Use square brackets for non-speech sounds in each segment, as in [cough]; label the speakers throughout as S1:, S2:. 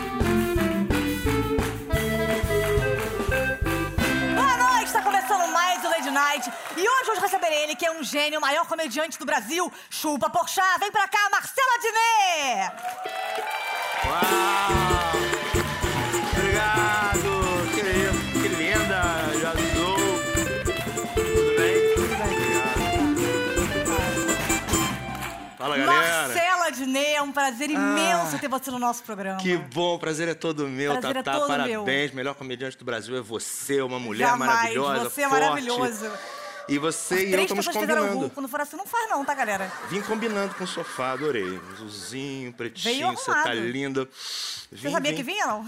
S1: tá noite. E hoje vamos receber ele, que é um gênio, o maior comediante do Brasil, Chupa Porchat. Vem pra cá, Marcela Diné!
S2: Uau! Obrigado! Que isso, que linda! Já avisou! Tudo bem? Obrigado. Fala, galera! Ah,
S1: Marcela Diné, é um prazer imenso ter você no nosso programa.
S2: Que bom, prazer é todo meu,
S1: Prazer é
S2: Tatá.
S1: todo
S2: Parabéns, melhor comediante do Brasil é você, uma mulher
S1: Jamais,
S2: maravilhosa,
S1: você é
S2: forte.
S1: maravilhoso.
S2: E você e eu
S1: Três
S2: estamos
S1: pessoas fizeram gol.
S2: combinando.
S1: Quando for assim, não faz não, tá, galera?
S2: Vim combinando com o sofá, adorei. Azulzinho,
S1: Veio
S2: pretinho, você tá
S1: arrumado.
S2: linda.
S1: Você sabia que vinha, não?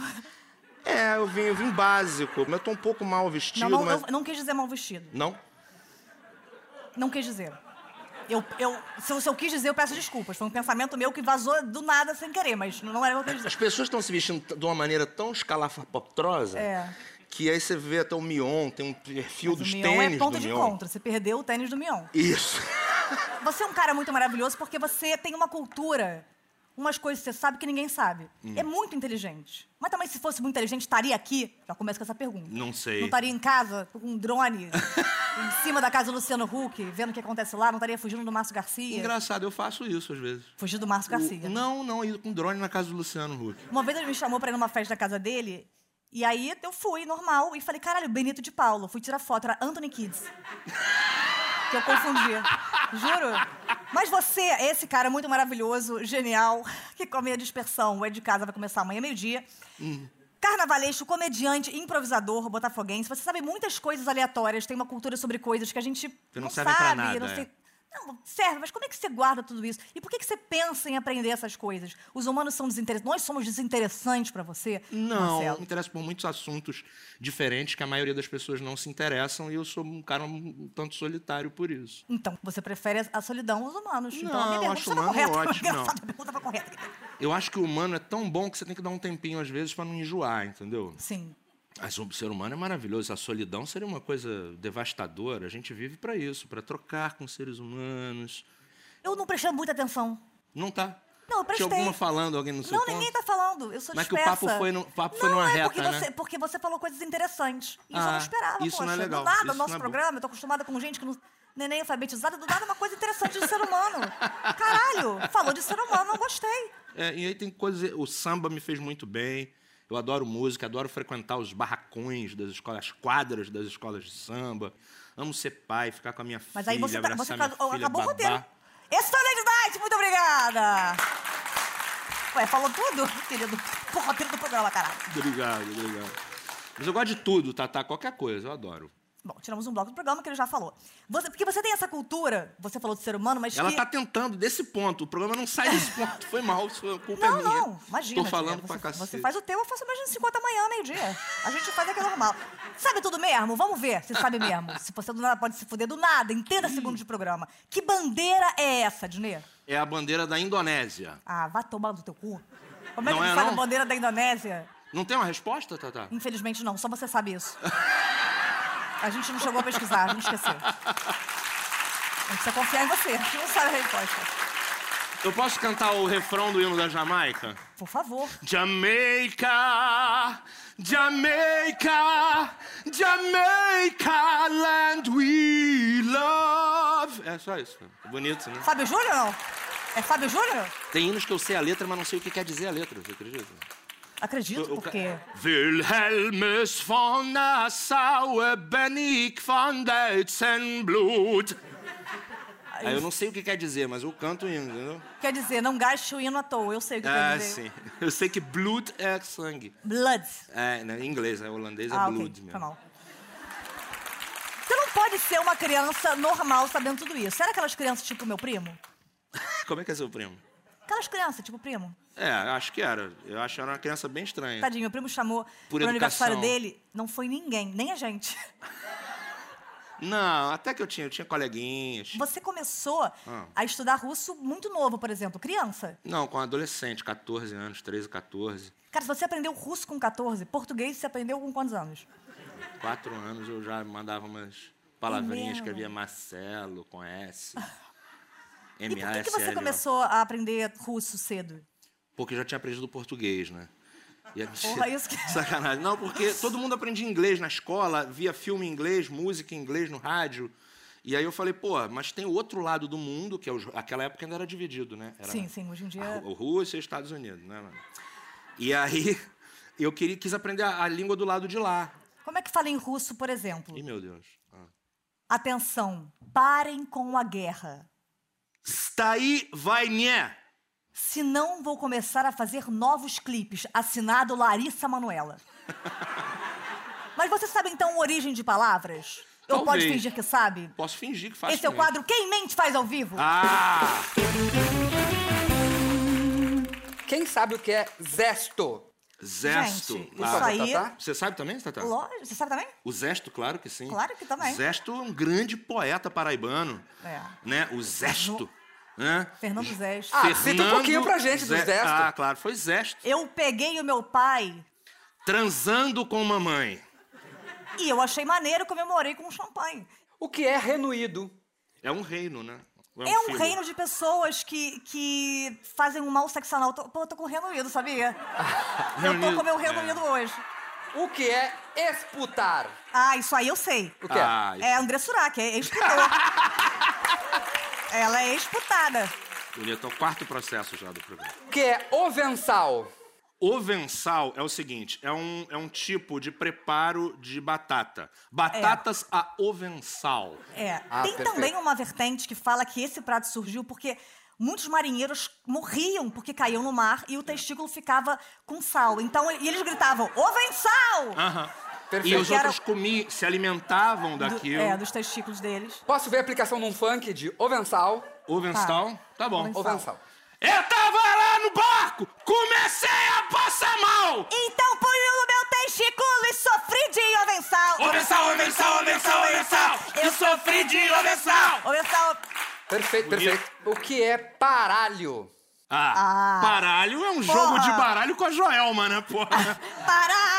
S2: É, eu vim, eu vim básico, mas eu tô um pouco mal vestido,
S1: Não, não,
S2: mas...
S1: não, não quis dizer mal vestido.
S2: Não?
S1: Não quis dizer. Eu, eu, se, eu, se eu quis dizer, eu peço desculpas. Foi um pensamento meu que vazou do nada sem querer, mas não era o que eu quis dizer.
S2: As pessoas estão se vestindo t- de uma maneira tão escalafapotrosa
S1: É.
S2: que aí você vê até o Mion, tem um perfil
S1: Mas
S2: dos
S1: o Mion
S2: tênis
S1: é ponto
S2: do
S1: de
S2: Mion.
S1: encontro. Você perdeu o tênis do Mion.
S2: Isso.
S1: Você é um cara muito maravilhoso porque você tem uma cultura, umas coisas que você sabe que ninguém sabe.
S2: Hum.
S1: É muito inteligente. Mas também, se fosse muito inteligente, estaria aqui? Já começa com essa pergunta.
S2: Não sei.
S1: Não estaria em casa com um drone [laughs] em cima da casa do Luciano Huck, vendo o que acontece lá? Não estaria fugindo do Márcio Garcia?
S2: Engraçado, eu faço isso às vezes.
S1: Fugindo do Márcio Garcia.
S2: O- não, não, eu ia com drone na casa do Luciano Huck.
S1: Uma vez ele me chamou pra ir numa festa da casa dele. E aí eu fui, normal, e falei, caralho, Benito de Paulo. Fui tirar foto, era Anthony Kids. que eu confundi. Juro. Mas você, esse cara muito maravilhoso, genial, que come a dispersão, é de casa, vai começar amanhã, meio-dia.
S2: Hum.
S1: Carnavalesco, comediante, improvisador, botafoguense. Você sabe muitas coisas aleatórias, tem uma cultura sobre coisas que a gente
S2: não
S1: não
S2: serve
S1: sabe,
S2: pra nada,
S1: não
S2: é.
S1: sei não, serve, mas como é que você guarda tudo isso? E por que, que você pensa em aprender essas coisas? Os humanos são desinteressantes. Nós somos desinteressantes pra você,
S2: Não, me
S1: Marcelo?
S2: interesso por muitos assuntos diferentes que a maioria das pessoas não se interessam e eu sou um cara um tanto solitário por isso.
S1: Então, você prefere a solidão aos humanos. então, a
S2: Não,
S1: minha pergunta
S2: acho
S1: estava
S2: humano
S1: correta.
S2: ótimo,
S1: Engraçado,
S2: não.
S1: a pergunta estava correta.
S2: Eu acho que o humano é tão bom que você tem que dar um tempinho às vezes pra não enjoar, entendeu?
S1: Sim.
S2: Mas o ser humano é maravilhoso. A solidão seria uma coisa devastadora. A gente vive para isso, para trocar com seres humanos.
S1: Eu não prestei muita atenção.
S2: Não tá.
S1: Não, eu prestei.
S2: Tinha alguma falando, alguém no seu
S1: Não, ninguém tá falando. Eu sou
S2: Mas que o
S1: dispersa.
S2: papo foi no- o papo foi
S1: não,
S2: numa
S1: é
S2: reta,
S1: porque
S2: né?
S1: você, porque você falou coisas interessantes. E isso eu
S2: Ah,
S1: não esperava,
S2: isso
S1: poxa.
S2: não é legal,
S1: Do nada,
S2: isso
S1: nosso
S2: não é bom.
S1: programa, eu tô acostumada com gente que não... Neném alfabetizada, do nada é uma coisa interessante do ser humano. Caralho, falou de ser humano, não gostei.
S2: É, e aí tem coisas. O samba me fez muito bem. Eu adoro música, adoro frequentar os barracões das escolas, as quadras das escolas de samba. Amo ser pai, ficar com a minha
S1: Mas
S2: filha,
S1: aí você, tá,
S2: abraçar
S1: você
S2: minha
S1: acabou
S2: filha,
S1: acabou o
S2: babá.
S1: roteiro. Esse foi o Lady Night, muito obrigada! Ué, falou tudo, [laughs] querido. Pô, roteiro do programa, caralho.
S2: Obrigado, obrigado. Mas eu gosto de tudo, Tatá, qualquer coisa, eu adoro.
S1: Bom, tiramos um bloco do programa que ele já falou. Você, porque você tem essa cultura, você falou do ser humano, mas
S2: Ela
S1: que...
S2: tá tentando desse ponto. O programa não sai
S1: [laughs]
S2: desse ponto. Foi mal, sua culpa
S1: Não,
S2: é minha.
S1: não, imagina.
S2: Tô falando
S1: Juliana,
S2: pra
S1: você,
S2: cacete.
S1: você faz o teu, eu faço mais de 50 amanhã, meio-dia. A gente faz aqui normal. Sabe tudo mesmo? Vamos ver se sabe mesmo. Se você do nada pode se fuder do nada, em 30 segundos de programa. Que bandeira é essa, Dinê?
S2: É a bandeira da Indonésia.
S1: Ah, vá tomar do teu cu. Como é que
S2: Não
S1: você
S2: é,
S1: sabe a
S2: não?
S1: bandeira da Indonésia?
S2: Não tem uma resposta, Tatá?
S1: Infelizmente não, só você sabe isso. A gente não chegou a pesquisar, a gente esqueceu. A gente precisa confiar em você, a gente não sabe a resposta.
S2: Eu posso cantar o refrão do hino da Jamaica?
S1: Por favor.
S2: Jamaica, Jamaica, Jamaica land we love. É só isso. Bonito, né?
S1: Fábio Júnior não? É Fábio Júnior?
S2: Tem hinos que eu sei a letra, mas não sei o que quer dizer a letra, você acredita?
S1: Acredito,
S2: O- o ca-
S1: porque...
S2: Wilhelmus von Nassau ben ich van Duitsenblut.
S1: Ah,
S2: Aí eu não sei o que quer dizer, mas eu canto o hino, entendeu?
S1: Quer dizer, não gaste o hino à toa, eu sei o que quer
S2: Ah,
S1: dizer.
S2: sim. Eu sei que blood é sangue.
S1: Blood.
S2: É, né, em inglês, é holandês é
S1: ah, ok,
S2: blood mesmo.
S1: foi mal. Você não pode ser uma criança normal sabendo tudo isso. Era aquelas crianças tipo meu primo?
S2: Como é que é seu primo?
S1: Aquelas crianças tipo primo.
S2: É, acho que era. Eu acho que era uma criança bem estranha.
S1: Tadinho, meu primo chamou
S2: É. Por
S1: pro aniversário
S2: educação.
S1: dele, não foi ninguém, nem a gente.
S2: Não, até que eu tinha, eu tinha coleguinhas.
S1: Você começou
S2: Ah.
S1: a estudar russo muito novo, por exemplo, criança.
S2: Não, com um adolescente, 14 anos, 13, 14.
S1: Cara, se você aprendeu russo com 14, português você aprendeu com quantos anos?
S2: Quatro anos eu já mandava umas palavrinhas,
S1: mesmo?
S2: escrevia Marcelo com S.
S1: [laughs] E
S2: m
S1: por
S2: a
S1: que, que
S2: s
S1: você começou a aprender russo cedo?
S2: Porque eu já tinha aprendido português, né? E é mentira. [laughs]
S1: Porra, isso que-
S2: Sacanagem. Não, porque todo mundo aprendia inglês na escola, via filme em inglês, música em inglês no rádio. E aí eu falei, pô, mas tem o outro lado do mundo, que é os... aquela época ainda era dividido, né? Era
S1: Sim, sim, hoje em dia-
S2: a Rú- Rússia e Estados Unidos, né, mano? E aí [laughs] eu queria, quis aprender a, a língua do lado de lá.
S1: Como é que fala em russo, por exemplo?
S2: Ih, meu Deus. Ah.
S1: Atenção, parem com a guerra.
S2: Staí Vainé.
S1: Senão vou começar a fazer novos clipes. Assinado Larissa
S2: [laughs]
S1: Manuela. Mas você sabe então a origem de palavras? Eu
S2: Talvez.
S1: posso fingir que sabe?
S2: Posso fingir que faço
S1: Esse é o
S2: mesmo.
S1: quadro Quem Mente Faz ao Vivo.
S2: Ah!
S3: Quem sabe o que é zesto?
S2: Zesto.
S1: Gente, isso
S2: Ah,
S1: aí.
S3: tá.
S2: Você sabe também, Tatá?
S1: Lógico, você sabe também?
S2: O Zesto, claro que sim.
S1: Claro que também.
S2: Zesto é um grande poeta paraibano.
S1: É.
S2: Né? O Zesto. Né?
S1: Fernando Zeste.
S3: Ah, cita um pouquinho pra gente do Zesto.
S2: Ah, claro, foi Zesto.
S1: Eu peguei o meu pai
S2: Transando com mamãe.
S1: e eu achei maneiro, comemorei com um champanhe.
S3: O que é renuído?
S2: É um reino, né? Ou
S1: É um
S2: filho?
S1: reino de pessoas que, que fazem um mal sexo anal. Tô- Pô, eu tô com renuído, sabia? eu tô
S2: Renuído,
S1: com meu
S2: é.
S1: renuído hoje.
S3: O que é esputar?
S1: Ah, isso aí eu sei.
S3: O que
S2: Ah,
S1: É André Surak, é ex-putora. Ela é ex-putada.
S2: Bonito, é o quarto processo já do programa.
S3: é? O que é ovensal?
S2: Ovensal é o seguinte, é um, é um tipo de preparo de batata. Batatas a ovensal.
S1: É.
S3: Ah,
S1: Tem
S3: perfeito.
S1: também uma vertente que fala que esse prato surgiu porque muitos marinheiros morriam porque caíam no mar e o testículo ficava com sal. Então, e eles gritavam, ô vem sal!
S2: Aham. E
S3: Perfeito.
S2: os
S1: Que era-
S2: outros comi, se alimentavam
S1: Do-
S2: daquilo.
S1: é, dos testículos deles.
S3: Posso ver a aplicação num funk de ovensal?
S2: Ovensal, tá bom.
S1: Ovensal.
S3: Ovensal.
S2: Eu tava lá no barco, comecei a passar mal.
S1: Então punho no meu testículo e sofri de ovensal.
S2: Ovensal, ovensal, ovensal, ovensal. Eu sofri de ovensal. [laughs]
S1: Ovensal.
S3: Perfeito,
S2: Bonito.
S3: perfeito. O que é paralho?
S2: Ah,
S1: Ah.
S2: baralho é um jogo
S1: Porra.
S2: de baralho com a Joelma, né, porra?
S1: Paralho. [laughs]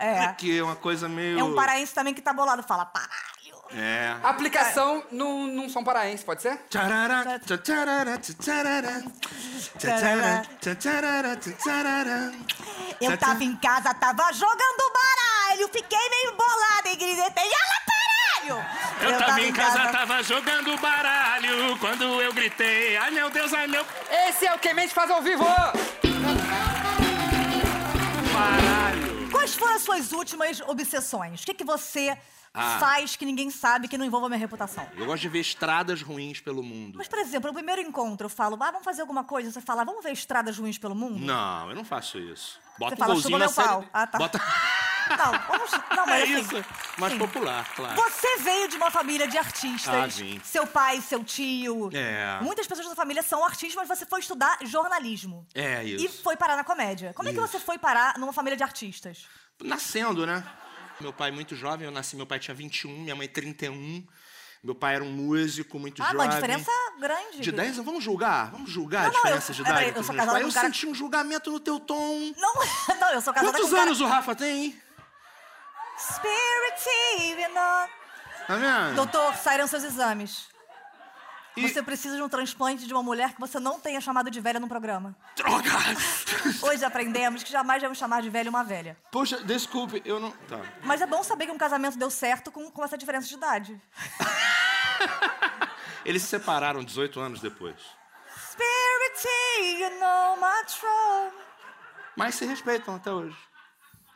S1: É.
S2: Que é uma coisa meio...
S1: É um paraense também que tá bolado. Fala, paralho.
S2: É.
S3: Aplicação num, num som paraense, pode ser?
S2: Tcharará, tcharará, tcharará, tcharará, tcharará, tcharará.
S1: Eu tava em casa, tava jogando baralho. Fiquei meio bolada e gritei, olha, paralho.
S2: Eu tava em casa, tava jogando baralho quando eu gritei. Ai meu Deus, ai meu
S3: Esse é o Quem Mente Faz ao Vivo!
S2: baralho.
S1: Quais foram as suas últimas obsessões? O que, que você
S2: Ah.
S1: faz que ninguém sabe que não envolva a minha reputação?
S2: Eu gosto de ver estradas ruins pelo mundo.
S1: Mas, por exemplo, no primeiro encontro eu falo, ah, vamos fazer alguma coisa. Você fala, vamos ver estradas ruins pelo mundo?
S2: Não, eu não faço isso. Bota
S1: Você
S2: um
S1: fala,
S2: golzinho
S1: chupa
S2: na
S1: meu
S2: série.
S1: pau. Ah, tá.
S2: Bota...
S1: Não, Então,
S2: [laughs]
S1: vamos. Não, mas
S2: É
S1: assim,
S2: isso. Mais
S1: sim.
S2: popular, claro.
S1: Você veio de uma família de artistas.
S2: Ah, vim.
S1: Seu pai, seu tio.
S2: É.
S1: Muitas pessoas da sua família são artistas, mas você foi estudar jornalismo.
S2: É
S1: E
S2: isso.
S1: foi parar na comédia. Como é que
S2: Isso.
S1: você foi parar numa família de artistas?
S2: Nascendo, né? Meu pai muito jovem, eu nasci, meu pai tinha 21, minha mãe 31. Meu pai era um músico muito
S1: ah,
S2: jovem.
S1: uma diferença grande.
S2: De 10 anos? Vamos julgar? Vamos julgar
S1: Não,
S2: a
S1: não,
S2: diferença
S1: eu-
S2: de
S1: peraí,
S2: idade?
S1: eu
S2: entre os
S1: sou
S2: meus
S1: casada
S2: pais?
S1: com
S2: eu
S1: um cara-
S2: senti um julgamento no teu tom.
S1: Não, [laughs] não, eu sou casada
S2: Quantos
S1: com um
S2: anos o Rafa tem, hein?
S1: Cara... Spirit even on.
S2: Tá vendo?
S1: Doutor, saíram seus exames.
S2: E-
S1: Você precisa de um transplante de uma mulher que você não tenha chamado de velha num programa.
S2: Droga!
S1: [laughs] Hoje aprendemos que jamais devemos chamar de velha uma velha.
S2: Poxa, desculpe, eu não. Tá.
S1: Mas é bom saber que um casamento deu certo com, com essa diferença de idade.
S2: Eles se separaram 18 anos depois.
S1: Spirit, you know my trouble.
S2: Mas se respeitam até hoje.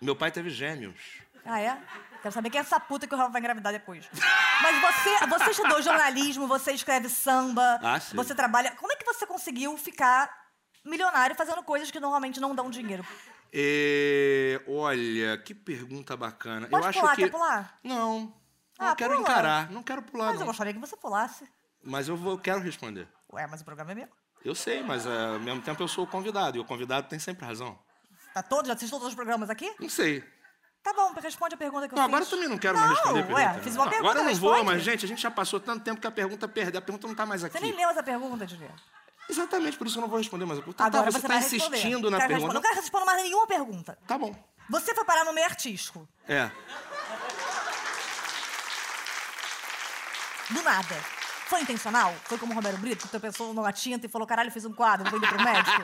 S2: Meu pai teve gêmeos.
S1: Ah, é? Quero saber quem é essa puta que o Rafa vai engravidar depois. Mas você, você estudou jornalismo, você escreve samba,
S2: Ah, sim.
S1: você trabalha. Como é que você conseguiu ficar milionário fazendo coisas que normalmente não dão dinheiro?
S2: É, olha, que pergunta bacana.
S1: Pode
S2: eu acho
S1: pular,
S2: que.
S1: quer pular?
S2: Não.
S1: Ah,
S2: não quero
S1: pula.
S2: encarar. Não quero pular,
S1: Mas eu
S2: não.
S1: gostaria que você pulasse.
S2: Mas eu vou, quero responder.
S1: Ué, mas o programa é meu.
S2: Eu sei, mas é, ao mesmo tempo eu sou o convidado. E o convidado tem sempre razão.
S1: Tá todo, já assistiu todos os programas aqui?
S2: Não sei.
S1: Tá bom, responde a pergunta que eu
S2: Não,
S1: fiz.
S2: agora eu também não quero mais responder a pergunta. né?
S1: Ué, fiz uma
S2: Não,
S1: pergunta.
S2: agora eu não vou,
S1: responde.
S2: mas, gente, a gente já passou tanto tempo que a pergunta perdeu. A pergunta não tá mais aqui.
S1: Você nem leu essa pergunta, Juliana.
S2: Exatamente, por isso que eu não vou responder mais a pergunta.
S1: Agora
S2: tá, você,
S1: vai
S2: tá
S1: responder.
S2: insistindo na
S1: Quero
S2: pergunta.
S1: responder. Não quero responder mais nenhuma pergunta.
S2: Tá bom.
S1: Você foi parar no meio artístico.
S2: É.
S1: Do nada. Foi intencional? Foi como o Romero Brito, que tropeçou numa tinta e falou: caralho, fez um quadro, vou indo pro
S2: [laughs]
S1: médico?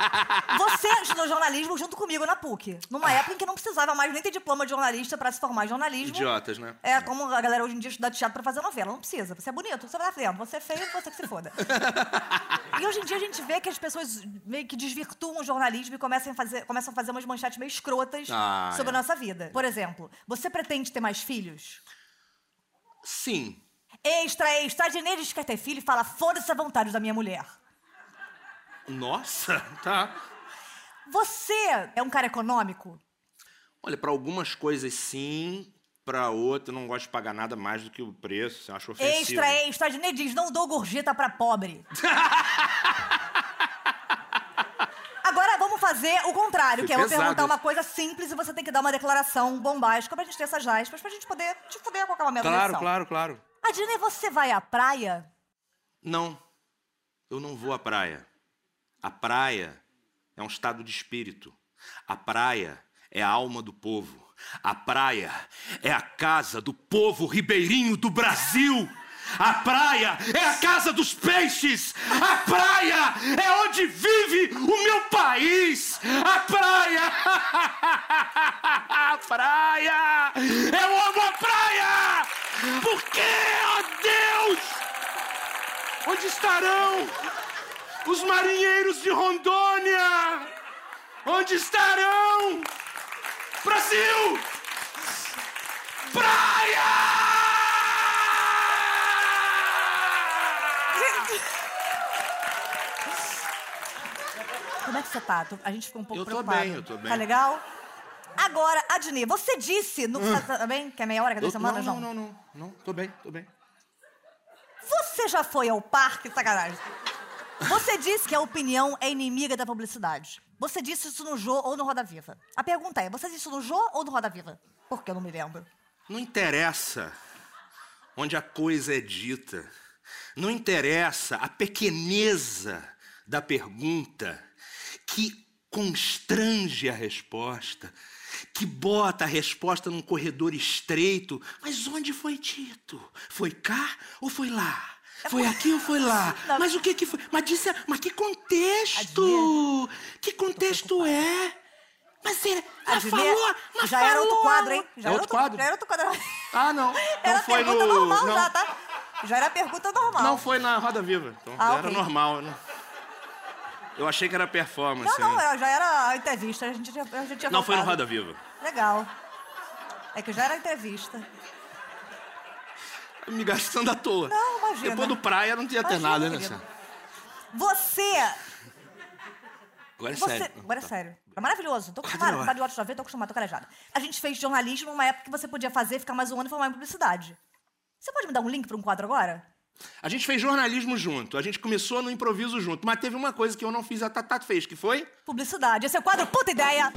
S1: Você estudou jornalismo junto comigo na PUC. Numa época em que não precisava mais nem ter diploma de jornalista pra se formar em jornalismo.
S2: Idiotas, né?
S1: É como a galera hoje em dia estudar teatro pra fazer novela. Não precisa. Você é bonito, você vai vendo. Você é feio, você que se foda. e hoje em dia a gente vê que as pessoas meio que desvirtuam o jornalismo e começam a fazer, começam a fazer umas manchetes meio escrotas
S2: Ah,
S1: sobre
S2: é.
S1: a nossa vida. Por exemplo, você pretende ter mais filhos?
S2: Sim.
S1: Extra, extra, Dineiros quer ter filho e fala, foda-se a vontade da minha mulher.
S2: Nossa, [laughs] tá.
S1: Você é um cara econômico?
S2: Olha, pra algumas coisas sim, pra outras não gosto de pagar nada mais do que o preço, eu acho ofensivo.
S1: Extra, extra, Dineiros diz, não dou gorjeta pra
S2: [laughs]
S1: pobre. Agora vamos fazer o contrário,
S2: Foi
S1: que é eu
S2: pesado.
S1: perguntar uma coisa simples e você tem que dar uma declaração bombástica pra gente ter essas aspas, pra gente poder te fuder com aquela merda
S2: Claro, claro, claro.
S1: Adine, você vai à praia?
S2: Não, eu não vou à praia. A praia é um estado de espírito. A praia é a alma do povo. A praia é a casa do povo ribeirinho do Brasil. A praia é a casa dos peixes. A praia é onde vive o meu país. A praia. [laughs] A praia. Eu amo a praia. Por quê, ó Deus? Onde estarão os marinheiros de Rondônia? Onde estarão? Brasil! Praia!
S1: Como é que você tá? Tu- A gente ficou um pouco
S2: Eu tô
S1: preocupado.
S2: bem, eu tô bem.
S1: Tá legal? Agora, Adine, você disse no... Tá, tá bem? Que é meia hora, que é duas
S2: Hum. não,
S1: semanas?
S2: não, não, não, não. Tô bem, tô bem.
S1: Você já foi ao parque, sacanagem? Você disse que a opinião é inimiga da publicidade. Você disse isso no Jô ou no Roda Viva. A pergunta é, você disse isso no Jô ou no Roda Viva? Porque eu não me lembro.
S2: Não interessa onde a coisa é dita. Não interessa a pequeneza da pergunta que constrange a resposta, que bota a resposta num corredor estreito. Mas onde foi dito? Foi cá ou foi lá? Foi aqui ou foi lá?
S1: É [laughs] Não.
S2: Mas o que que foi? Mas disse, mas que contexto? Que contexto é? Mas ele, mas
S1: Adnet,
S2: falou, mas
S1: já era outro
S2: falou.
S1: quadro, hein? Já
S2: É outro quadro?
S1: Já era outro quadro.
S2: Ah, não.
S1: [laughs] Era
S2: não foi
S1: pergunta
S2: no...
S1: normal
S2: não,
S1: já, tá? Já era pergunta normal.
S2: não foi na Roda Viva. Então,
S1: Ah,
S2: era
S1: ok.
S2: normal. Né? Eu achei que era performance.
S1: não, não,
S2: né?
S1: era- já era a entrevista, a gente já, a gente já
S2: Não, foi no
S1: voltado.
S2: Roda Viva.
S1: Legal. É que já era entrevista.
S2: Me gastando à toa.
S1: Não, imagina.
S2: Depois do praia não tinha ter
S1: Imagina,
S2: nada, né,
S1: querido.
S2: Sam?
S1: Você
S2: Agora é
S1: Você-
S2: sério.
S1: Agora é sério. É maravilhoso. Tô
S2: Cadê
S1: acostumada.
S2: eu?
S1: Tá de ótimo já ver, tô acostumada, tô calejada. A gente fez jornalismo numa época que você podia fazer, ficar mais um ano e formar em publicidade. Você pode me dar um link pra um quadro agora?
S2: A gente fez jornalismo junto. A gente começou no improviso junto. Mas teve uma coisa que eu não fiz, a Tatá fez, que foi...
S1: Publicidade. Esse é o quadro Puta Ideia.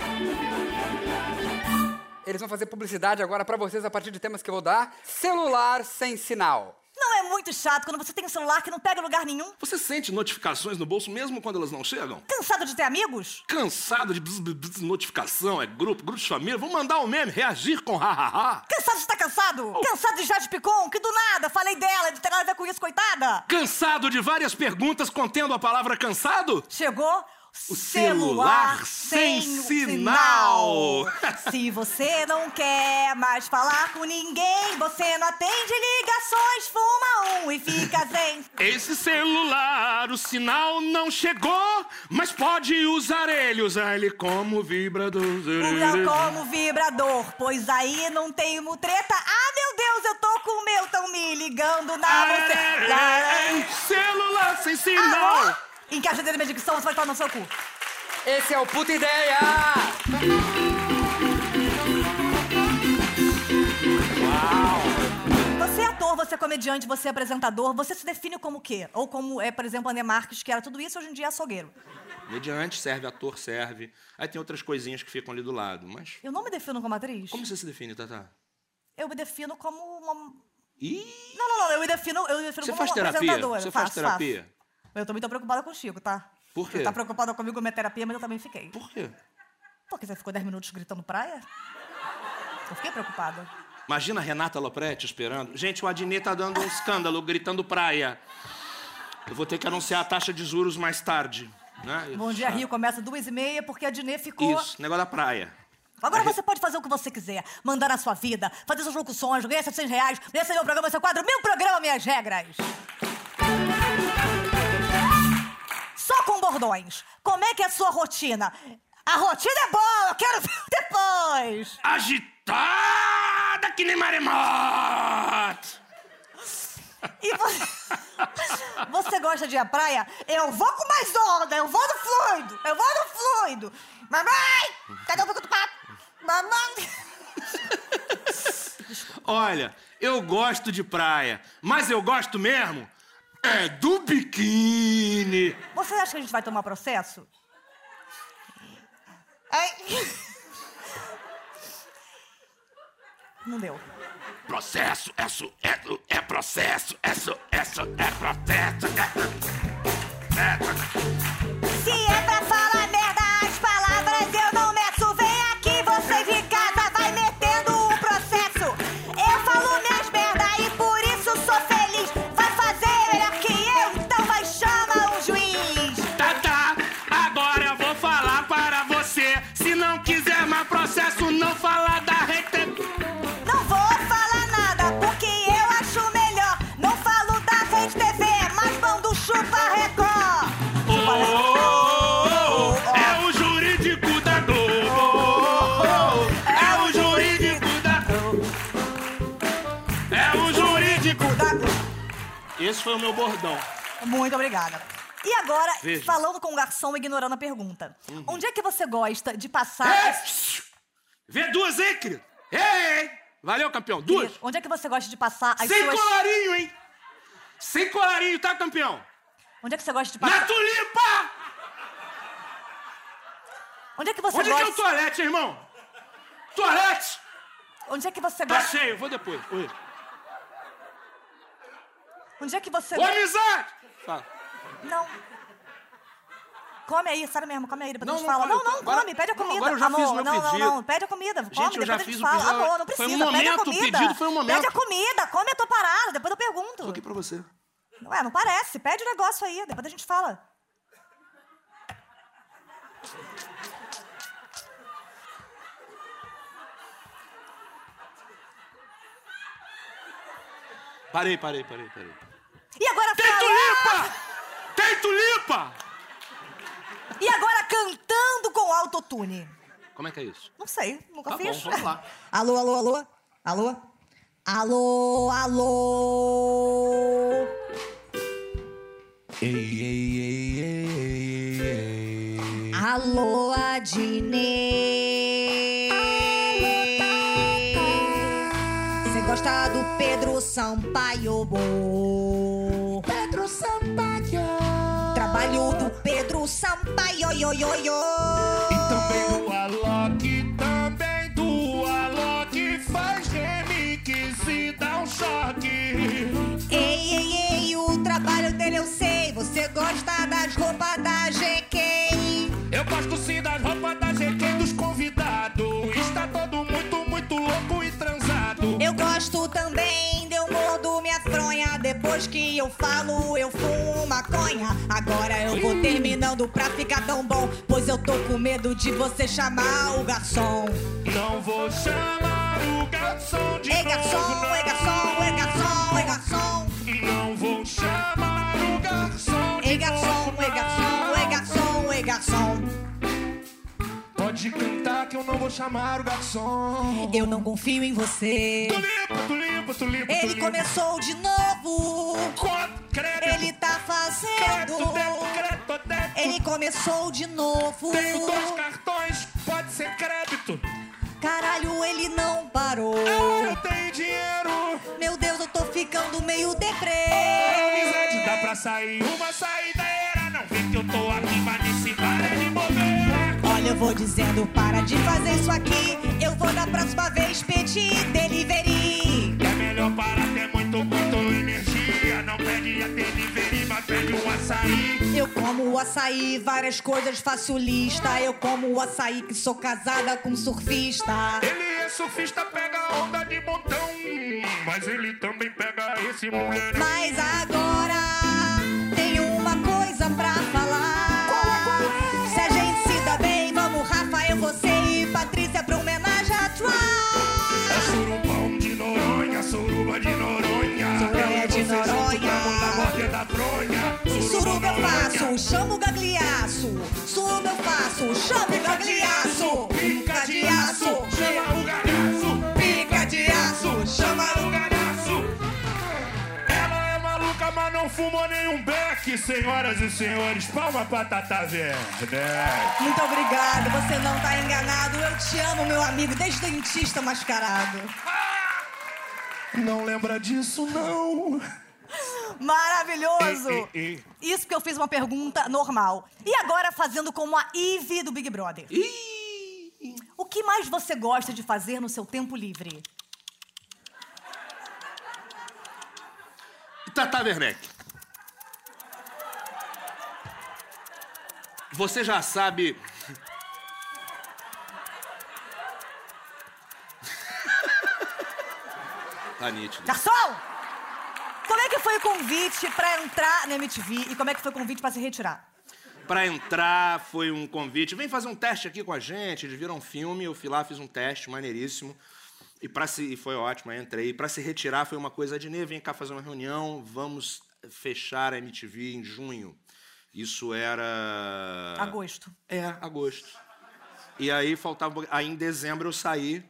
S3: Eles vão fazer publicidade agora pra vocês a partir de temas que eu vou dar. Celular sem sinal.
S1: Não é muito chato quando você tem um celular que não pega em lugar nenhum?
S2: Você sente notificações no bolso mesmo quando elas não chegam?
S1: Cansado de ter amigos?
S2: Cansado de bzz, bzz, notificação, é grupo, grupo de família. Vamos mandar um meme, reagir com ha-ha-ha.
S1: Cansado de estar cansado? Cansado de Jade Picon, que do nada falei dela, de ter nada a ver com isso, coitada?
S2: Cansado de várias perguntas contendo a palavra cansado?
S1: Chegou o
S2: celular sem sinal.
S1: Se você não quer mais falar com ninguém, você não atende ligações, fuma um e fica zen.
S2: Esse celular, o sinal não chegou, mas pode usar ele, usar ele como vibrador.
S1: Usa É como vibrador, pois aí não tem mutreta. Ah, meu Deus, eu tô com o meu, tão me ligando na
S2: É,
S1: você.
S2: [laughs] Celular sem
S1: Alô?
S2: sinal.
S1: Encaixa dentro da minha dicção, você vai estar no seu cu.
S3: Esse é o Puta Ideia!
S1: Você é ator, você é comediante, você é apresentador, você se define como o quê? Ou como, é, por exemplo, André Marques, que era tudo isso, hoje em dia é açougueiro.
S2: Mediante serve, ator serve. Aí tem outras coisinhas que ficam ali do lado, mas
S1: Eu não me defino como atriz.
S2: como você se define, Tata?
S1: Eu me defino como uma. Não,
S2: Ih,
S1: não, não. Eu me defino, eu me defino
S2: você
S1: como
S2: faz
S1: uma
S2: terapia?
S1: apresentadora.
S2: Você faz
S1: Faço, faço.
S2: terapia?
S1: Mas Eu também tô preocupada contigo, tá?
S2: Por quê?
S1: Você tá preocupada comigo, minha terapia, mas eu também fiquei.
S2: Por quê?
S1: Porque você ficou 10 minutos gritando praia? Eu fiquei preocupada.
S2: Imagina a Renata Lopretti esperando. Gente, o Adnet tá dando um escândalo, gritando praia. Eu vou ter que anunciar a taxa de juros mais tarde. Né?
S1: Bom Dia Rio começa duas e meia porque a Dinê ficou...
S2: Isso, negócio da praia.
S1: Agora você pode fazer o que você quiser. Mandar na sua vida, fazer suas locuções, ganhar 700 reais, esse é meu programa, esse é o quadro, meu programa, minhas regras. Só com bordões. Como é que é a sua rotina? A rotina é boa, eu quero ver [laughs] depois.
S2: Agitada que nem maremoto!
S1: E você... [laughs] você gosta de ir à praia? Eu vou com mais onda, eu vou no fluido, eu vou no fluido. Mamãe, tá cadê o bico do papo? Mamãe...
S2: Olha, eu gosto de praia, mas eu gosto mesmo é do biquíni.
S1: Você acha que a gente vai tomar processo? Ai. Não deu.
S2: Processo, isso, é, do- é processo, isso, isso, é processo, é, é,
S1: Se é pra falar merda, as palavras eu não meço. Vem aqui, você de casa, vai metendo o processo. Eu falo minhas merda e por isso sou feliz. Vai fazer melhor que eu, então vai chama o juiz.
S2: Tá, tá, agora eu vou falar para você. Se não quiser mais processo, não fala da rede.
S1: Não vou falar nada, porque eu acho melhor. Não falo da Rede é TV, mas mando chupa Record.
S2: Oh, oh, oh, é o jurídico da Globo. É o jurídico da Globo. É o jurídico. Esse foi o meu bordão.
S1: Muito obrigada. E agora,
S2: Veja. Uhum.
S1: falando com o garçom, ignorando a pergunta. Onde é que você gosta de passar...
S2: É. Vê duas, hein, querido? Ei, ei. Valeu, campeão. Duas.
S1: Onde é que você gosta de passar as
S2: Sem
S1: suas...
S2: colarinho, hein? Sem colarinho, tá, campeão?
S1: Onde é que você gosta de
S2: Na
S1: passar...
S2: tulipa!
S1: Onde é que você
S2: Onde que é
S1: gosta...
S2: o toalete, irmão? Toalete!
S1: Onde é que você
S2: Tá
S1: gosta...
S2: cheio, vou depois. Oi.
S1: Onde é que você...
S2: Ô, amizade! Fala.
S1: Não. Come aí, sério mesmo, come aí, depois
S2: Não,
S1: a gente
S2: não
S1: fala.
S2: come.
S1: Não, não,
S2: Agora-
S1: come, pede a
S2: não,
S1: comida.
S2: agora eu já
S1: amor.
S2: fiz o meu
S1: não, não,
S2: pedido.
S1: não, pede a comida, come,
S2: Gente, eu
S1: depois
S2: já
S1: a gente
S2: fiz o
S1: fala.
S2: pedido,
S1: Amor, não
S2: foi
S1: precisa,
S2: um
S1: pede a
S2: momento, o
S1: comida.
S2: pedido foi um momento.
S1: Pede a comida, come a tua parada, depois eu pergunto.
S2: pra você.
S1: Não é, não parece, pede o negócio aí, depois a gente fala.
S2: Parei, parei, parei, parei.
S1: E agora
S2: Tem
S1: fala...
S2: tulipa! Tem tulipa!
S1: E agora cantando com autotune.
S2: Como é que é isso?
S1: Não sei, nunca
S2: Tá bom,
S1: fiz.
S2: vamos lá.
S1: alô, alô, alô? Alô? Alô, alô?
S4: Ei, ei, ei, ei, ei, ei.
S1: Alô, Adnê. Você gosta do Pedro Sampaio? bo?
S4: Pedro Sampaio.
S1: Trabalho do Pedro Sampaio, yo, yo, yo.
S4: E também do Alok, também do Alok. Faz remix e dá um choque.
S1: Ei, ei, ei, o trabalho dele eu sei. Você gosta das roupas da GK?
S4: Eu gosto sim das roupas da GQ dos convidados. Está todo muito, muito louco e transado.
S1: Eu gosto também, eu mordo minha fronha. Depois que eu falo, eu fumo maconha. Agora eu vou terminando pra ficar tão bom. Pois eu tô com medo de você chamar o garçom.
S4: Não vou chamar o garçom de
S1: Ei,
S4: novo,
S1: garçom,
S4: não.
S1: ei, garçom, ei, garçom, ei, garçom.
S4: Não vou chamar o garçom de
S1: Ei, garçom,
S4: novo,
S1: ei, garçom, ei,
S4: não.
S1: garçom, ei, garçom.
S4: Pode cantar que eu não vou chamar o garçom.
S1: Eu não confio em você.
S4: Tulipa, tulipa, tulipa,
S1: Ele
S4: tulipa.
S1: começou de novo.
S4: Cod- Credo,
S1: Ele tá
S4: credo,
S1: fazendo.
S4: dedo, credo, dedo.
S1: Ele começou de novo.
S4: Tenho dois cartões, pode ser crédito.
S1: Caralho, ele não parou.
S4: Ah, eu tenho dinheiro.
S1: Meu Deus, eu tô ficando meio
S4: Ah,
S1: deprê.
S4: amizade, dá pra sair uma saideira. Não vê que eu tô aqui, mas nesse bar é de bobeira.
S1: Olha, eu vou dizendo, para de fazer isso aqui. Eu vou da próxima vez pedir delivery.
S4: É melhor parar, ter muito, muito energia. Não pede a delivery, mas pede um açaí.
S1: Eu como o açaí, várias coisas faço lista. Eu como o açaí que sou casada com um surfista.
S4: Ele é surfista, pega onda de montão. Mas ele também pega esse mulherão.
S1: Mas agora tenho um
S4: é um é você é da fronha.
S1: Suruba eu faço, chamo o gagliaço. Suruba eu faço, chamo o gagliaço.
S4: Pica de aço, chama é o galhaço.
S1: Pica de aço, chama
S4: o
S1: o
S4: galhaço. Ela é maluca, mas não fumou nenhum beck. Senhoras e senhores, palma pra Tata Werneck.
S1: Muito obrigado, você não tá enganado. Eu te amo, meu amigo, desde dentista mascarado.
S4: Não lembra disso, não.
S5: Maravilhoso!
S4: Ei, ei, ei.
S5: Isso porque eu fiz uma pergunta normal. E agora fazendo como a Ivy do Big Brother. O que mais você gosta de fazer no seu tempo livre?
S2: Tata Werneck. Você já
S4: [laughs]
S2: sabe. tá nítido.
S5: Garçom! Como é que foi o convite pra entrar na MTV e como é que foi o convite pra se retirar?
S2: Pra entrar foi um convite. Vem fazer um teste aqui com a gente. Eles viram um filme, eu fui lá, fiz um teste maneiríssimo. E para se e foi ótimo, aí entrei. E pra se retirar foi uma coisa de "Ney, vem cá fazer uma reunião, vamos fechar a MTV em junho. Isso era
S5: Agosto.
S2: É, agosto. E aí faltava. um Aí em dezembro eu saí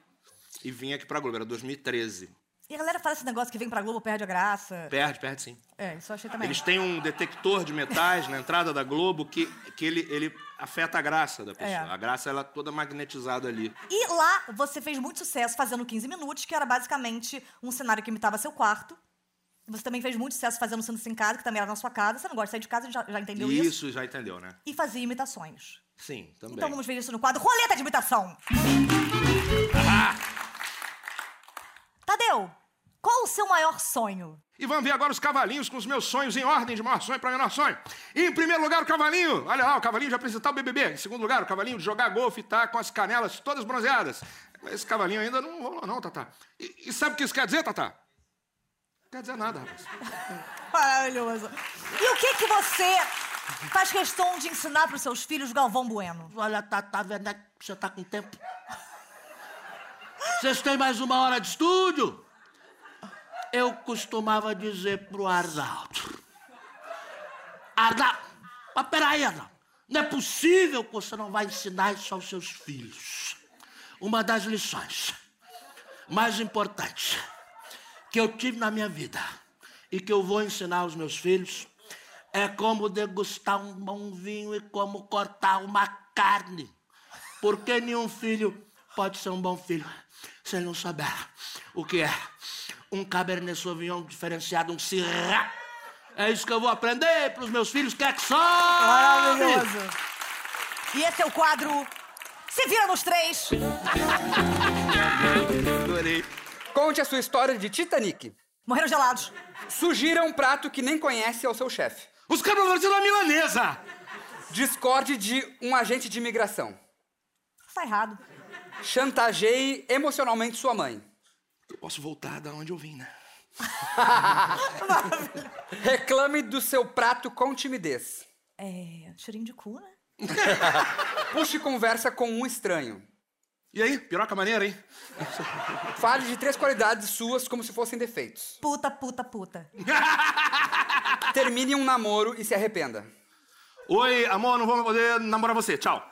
S2: e vim aqui pra Globo. Era 2013.
S5: E a galera fala esse negócio que vem pra Globo, perde a graça.
S2: Perde, perde sim.
S5: É, isso eu achei também.
S2: Eles têm um detector de metais na entrada da Globo que, que ele, ele afeta a graça da pessoa.
S5: É.
S2: A graça ela é toda magnetizada ali.
S5: E lá você fez muito sucesso fazendo 15 minutos, que era basicamente um cenário que imitava seu quarto. Você também fez muito sucesso fazendo Santos em casa, que também era na sua casa. Você não gosta de sair de casa, já, já entendeu isso.
S2: Isso já entendeu, né?
S5: E fazia imitações.
S2: Sim, também.
S5: Então vamos ver isso no quadro Roleta de Imitação. Tadeu, qual o seu maior sonho?
S2: E vamos ver agora os cavalinhos com os meus sonhos em ordem de maior sonho para menor sonho. em primeiro lugar, o cavalinho. Olha lá, o cavalinho de apresentar o BBB. Em segundo lugar, o cavalinho de jogar golfe e tá com as canelas todas bronzeadas. Mas esse cavalinho ainda não rolou não, Tatá. E, e sabe o que isso quer dizer, Tatá? Não quer dizer nada, rapaz.
S5: Maravilhoso. E o que que você faz questão de ensinar pros seus filhos Galvão Bueno?
S6: Olha, tá, tá vendo que você tá com tempo? Vocês têm mais uma hora de estúdio? Eu costumava dizer pro Arnaldo. Arnaldo, mas peraí, Arnaldo. Não é possível que você não vai ensinar isso aos seus filhos. Uma das lições mais importantes que eu tive na minha vida e que eu vou ensinar aos meus filhos é como degustar um bom vinho e como cortar uma carne. Porque nenhum filho pode ser um bom filho se ele não souber o que é um Cabernet Sauvignon diferenciado, um Syrah. É isso que eu vou aprender para os meus filhos, quer que sobe!
S5: Maravilhoso. E esse é o quadro Se Vira nos Três.
S2: Adorei.
S3: Conte a sua história de Titanic.
S5: Morreram gelados.
S3: Sugira um prato que nem conhece ao seu chefe.
S2: Os caras vão fazer uma milanesa.
S3: Discorde de um agente de imigração.
S5: Tá errado.
S3: Chantageie emocionalmente sua mãe.
S2: Eu posso voltar da onde eu vim, né?
S3: Reclame do seu prato com timidez.
S5: É. Cheirinho de cu, né?
S3: Puxe conversa com um estranho.
S2: E aí, piroca maneira, hein?
S3: Fale de três qualidades suas como se fossem defeitos.
S5: Puta, puta, puta.
S3: Termine um namoro e se arrependa.
S2: Oi, amor, não vou poder namorar você. Tchau.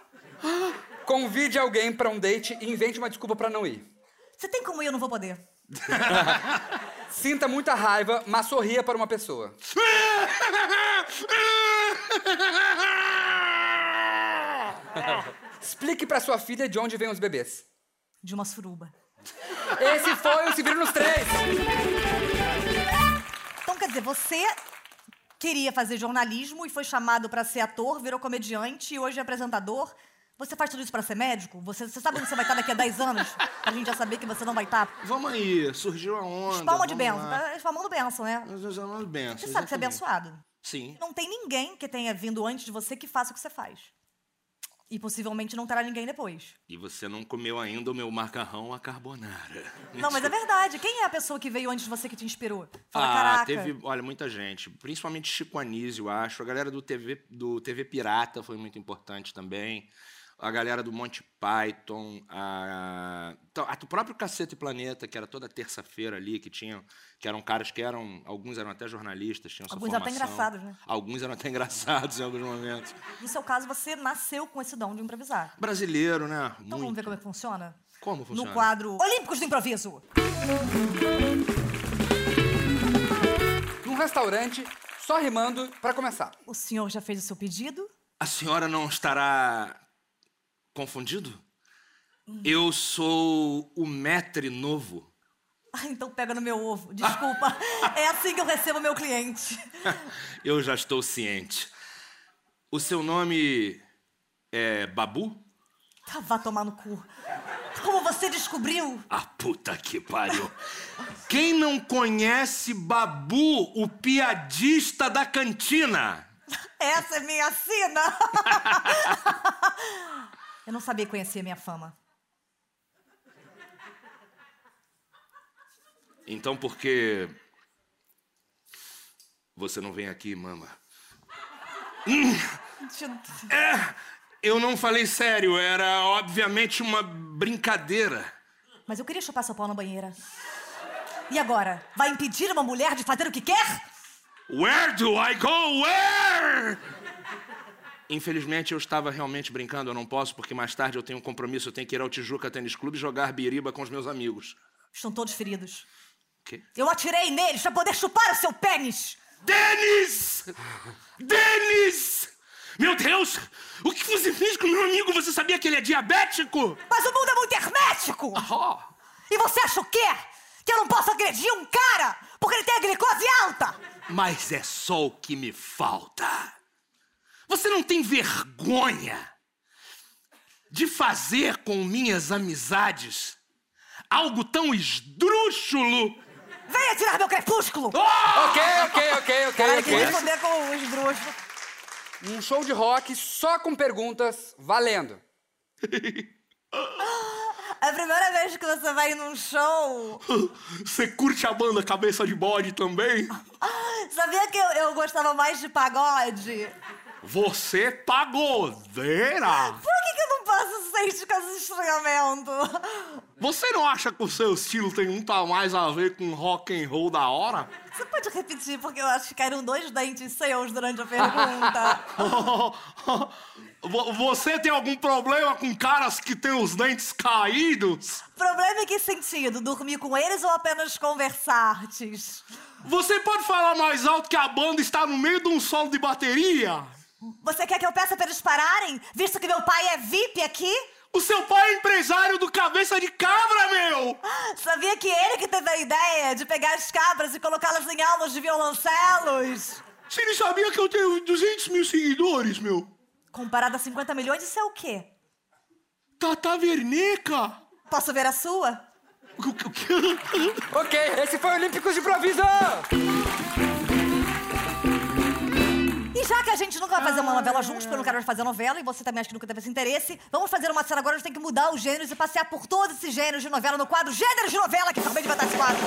S3: Convide alguém pra um date e invente uma desculpa pra não ir.
S5: Você tem como ir, eu não vou poder.
S3: Sinta muita raiva, mas sorria para uma pessoa. Explique pra sua filha de onde vêm os bebês.
S5: De uma suruba.
S3: Esse foi o Se Vira nos Três.
S5: Então, quer dizer, você queria fazer jornalismo e foi chamado pra ser ator, virou comediante e hoje é apresentador. Você faz tudo isso pra ser médico? Você, você sabe onde você vai estar daqui a 10 anos? Pra gente já saber que você não vai estar.
S2: Vamos aí, surgiu a onda.
S5: Palma de
S2: Então, vamos
S5: benção.
S2: lá.
S5: Tá espalmando benção, né?
S2: Nós usamos benção.
S5: Você sabe que você é
S2: exatamente.
S5: abençoado.
S2: Sim.
S5: Não tem ninguém que tenha vindo antes de você que faça o que você faz. E possivelmente não terá ninguém depois.
S2: E você não comeu ainda o meu macarrão à carbonara. [laughs]
S5: Não, mas é verdade. Quem é a pessoa que veio antes de você que te inspirou? Fala,
S2: Ah,
S5: caraca.
S2: teve, olha, muita gente, principalmente Chico Anísio, eu acho. A galera do TV, do TV Pirata foi muito importante também. a galera do Monty Python, a, então, a- o próprio Cacete e Planeta, que era toda terça-feira ali, que tinham, que eram caras que eram, alguns eram até jornalistas, tinham sua
S5: Alguns eram até
S2: formação.
S5: engraçados, né?
S2: Alguns eram até [laughs] engraçados em alguns momentos.
S5: No seu caso, você nasceu com esse dom de improvisar.
S2: Brasileiro, né?
S5: Então vamos ver como é que funciona?
S2: Como funciona?
S5: No quadro Olímpicos do Improviso.
S3: Num um restaurante, só rimando pra começar.
S5: O senhor já fez o seu pedido? [laughs]
S2: A senhora não estará confundido?
S5: Hum.
S2: Eu sou o metre novo.
S5: Ah, então pega no meu ovo. Desculpa.
S2: [laughs]
S5: é assim que eu recebo meu cliente.
S2: Eu já estou ciente. O seu nome é Babu?
S5: Tá, vá tomar no cu. Como você descobriu?
S2: A Ah, puta que pariu. Quem não conhece Babu, o piadista da cantina?
S5: Essa é minha sina! [laughs] eu não sabia conhecer a minha fama.
S2: Então por que você não vem aqui, mama? Eu não falei sério, era obviamente uma brincadeira.
S5: Mas eu queria chupar seu pau na banheira. E agora? Vai impedir uma mulher de fazer o que quer?
S2: Where do I go? Where? Infelizmente eu estava realmente brincando, eu não posso porque mais tarde eu tenho um compromisso, eu tenho que ir ao Tijuca Tênis Clube jogar biriba com os meus amigos.
S5: Estão todos feridos.
S2: O quê?
S5: Eu atirei neles pra poder chupar o seu pênis!
S2: Denis! Denis! Meu Deus! O que você fez com meu amigo? Você sabia que ele é diabético?
S5: Mas o mundo é muito hermético!
S2: Oh.
S5: E você acha o quê? Que eu não posso agredir um cara porque ele tem a glicose alta!
S2: Mas é só o que me falta. Você não tem vergonha de fazer com minhas amizades algo tão esdrúxulo?
S5: Venha tirar meu crepúsculo!
S3: Ok, ok, ok, ok,
S5: Caralho, quis
S3: ok.
S5: responder com os drustos.
S3: Um show de rock só com perguntas valendo.
S5: É a primeira vez que você vai num show.
S2: Você curte a banda Cabeça de Bode também?
S5: Sabia que eu, eu gostava mais de pagode?
S2: Você tá pagodeira!
S5: Por que, que eu não posso sentir com esse estranhamento?
S2: Você não acha que o seu estilo tem muito a mais a ver com rock and roll da hora? [laughs]
S5: Você pode repetir, porque eu acho que caíram dois dentes seus durante a
S2: [laughs]
S5: pergunta.
S2: Vo- Você tem algum problema com caras que têm os dentes caídos?
S5: O Problema em que sentido? Dormir com eles ou apenas conversar-tes?
S2: Você pode falar mais alto que a banda está no meio de um solo de bateria?
S5: Você quer que eu peça pra eles pararem, visto que meu pai é VIP aqui?
S2: O seu pai é empresário do Cabeça de Cabra, meu!
S5: Sabia que ele que teve a ideia de pegar as cabras e colocá-las em almas de violoncelos?
S2: Você não sabia que eu tenho 200 mil seguidores, meu?
S5: Comparado a 50 milhões, isso é o quê?
S2: Tata Werneca!
S5: Posso ver a sua?
S2: O que- o que-
S3: Ok, esse foi o Olímpicos de Improviso!
S5: E já que a gente nunca vai fazer uma novela juntos, porque eu não quero mais fazer novela, e você também acho que nunca teve esse interesse, vamos fazer uma cena agora, a gente tem que mudar os gêneros e passear por todos esses gêneros de novela no quadro Gêneros de Novela, que acabei de inventar esse quadro.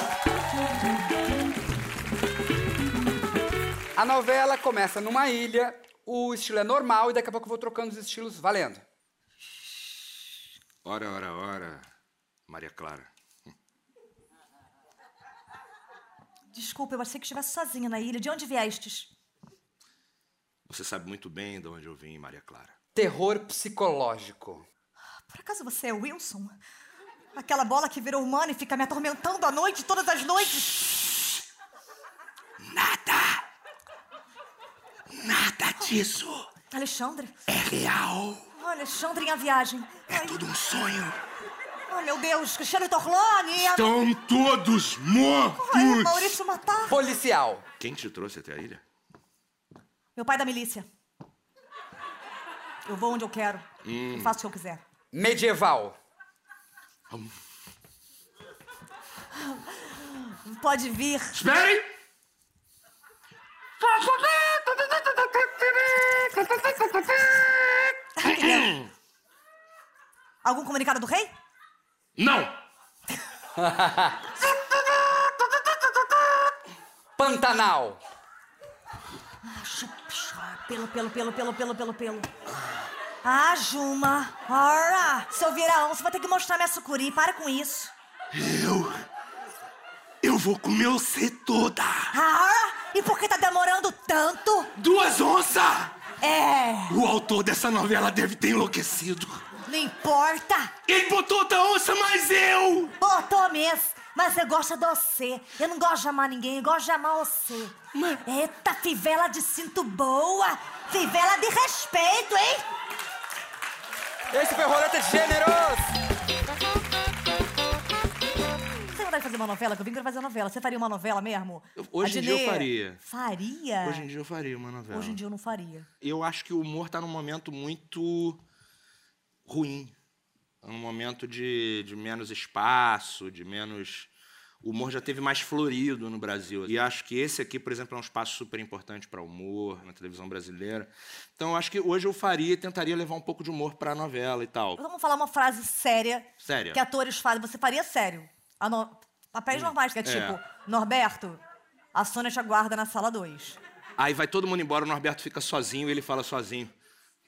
S3: A novela começa numa ilha, o estilo é normal e daqui a pouco eu vou trocando os estilos valendo.
S2: Ora, ora, ora. Maria Clara.
S5: Desculpa, eu achei que estivesse sozinha na ilha. De onde viestes?
S2: Você sabe muito bem de onde eu vim, Maria Clara.
S3: Terror psicológico.
S5: Por acaso você é o Wilson? Aquela bola que virou humana e fica me atormentando à noite, todas as noites?
S2: Nada! Nada disso
S5: Alexandre?
S2: é real!
S5: Oh, Alexandre em a viagem. Ai,
S2: um sonho!
S5: oh, meu Deus, Cristiano Torlone! a-
S2: Estão todos
S5: Ai, é
S2: mortos!
S5: Maurício Matar!
S3: Policial.
S2: Quem te trouxe até a ilha?
S5: Meu pai é da milícia. Eu vou onde eu quero. E faço o que eu quiser.
S3: Medieval.
S5: Pode vir.
S2: Esperem!
S5: Ah, Algum comunicado do rei?
S2: Não!
S3: Pantanal.
S5: Ah, Chupa, chupa. Pelo, pelo, pelo, pelo, pelo, pelo, pelo. Ah, Juma. Ora, seu vira-onça, você vai ter que mostrar minha sucuri. Para com isso.
S2: Eu. Eu vou comer você toda!
S5: Ah, ora, e por que tá demorando tanto?
S2: Duas onças!
S5: É,
S2: O autor dessa novela deve ter enlouquecido.
S5: não importa.
S2: Ele botou outra onça, mas eu!
S5: Botou mesmo. Mas eu gosto de você. Eu não gosto de amar ninguém, eu gosto de amar você. Eita, fivela de cinto boa. Fivela de respeito, hein?
S3: Esse foi o Roleta de Gêneros!
S5: Você tem vontade de fazer uma novela? Que eu vim pra fazer novela. Você faria uma novela mesmo?
S2: Eu- hoje em dia eu
S5: Adnet,
S2: faria.
S5: Faria?
S2: Hoje em dia eu faria uma novela.
S5: Hoje em dia eu não faria.
S2: Eu acho que o humor tá num momento muito ruim. Tá num momento de, de menos espaço, de menos. O humor já teve mais florido no Brasil. E acho que esse aqui, por exemplo, é um espaço super importante para humor na televisão brasileira. Então, eu acho que hoje eu faria e tentaria levar um pouco de humor para a novela e tal.
S5: Então Vamos falar uma frase séria.
S2: Séria.
S5: Que atores fazem. Você faria sério. A no-
S2: Hum,
S5: Papéis normais, que é tipo, Norberto, a Sônia te aguarda na sala 2.
S2: Aí vai todo mundo embora, o Norberto fica sozinho e ele fala sozinho.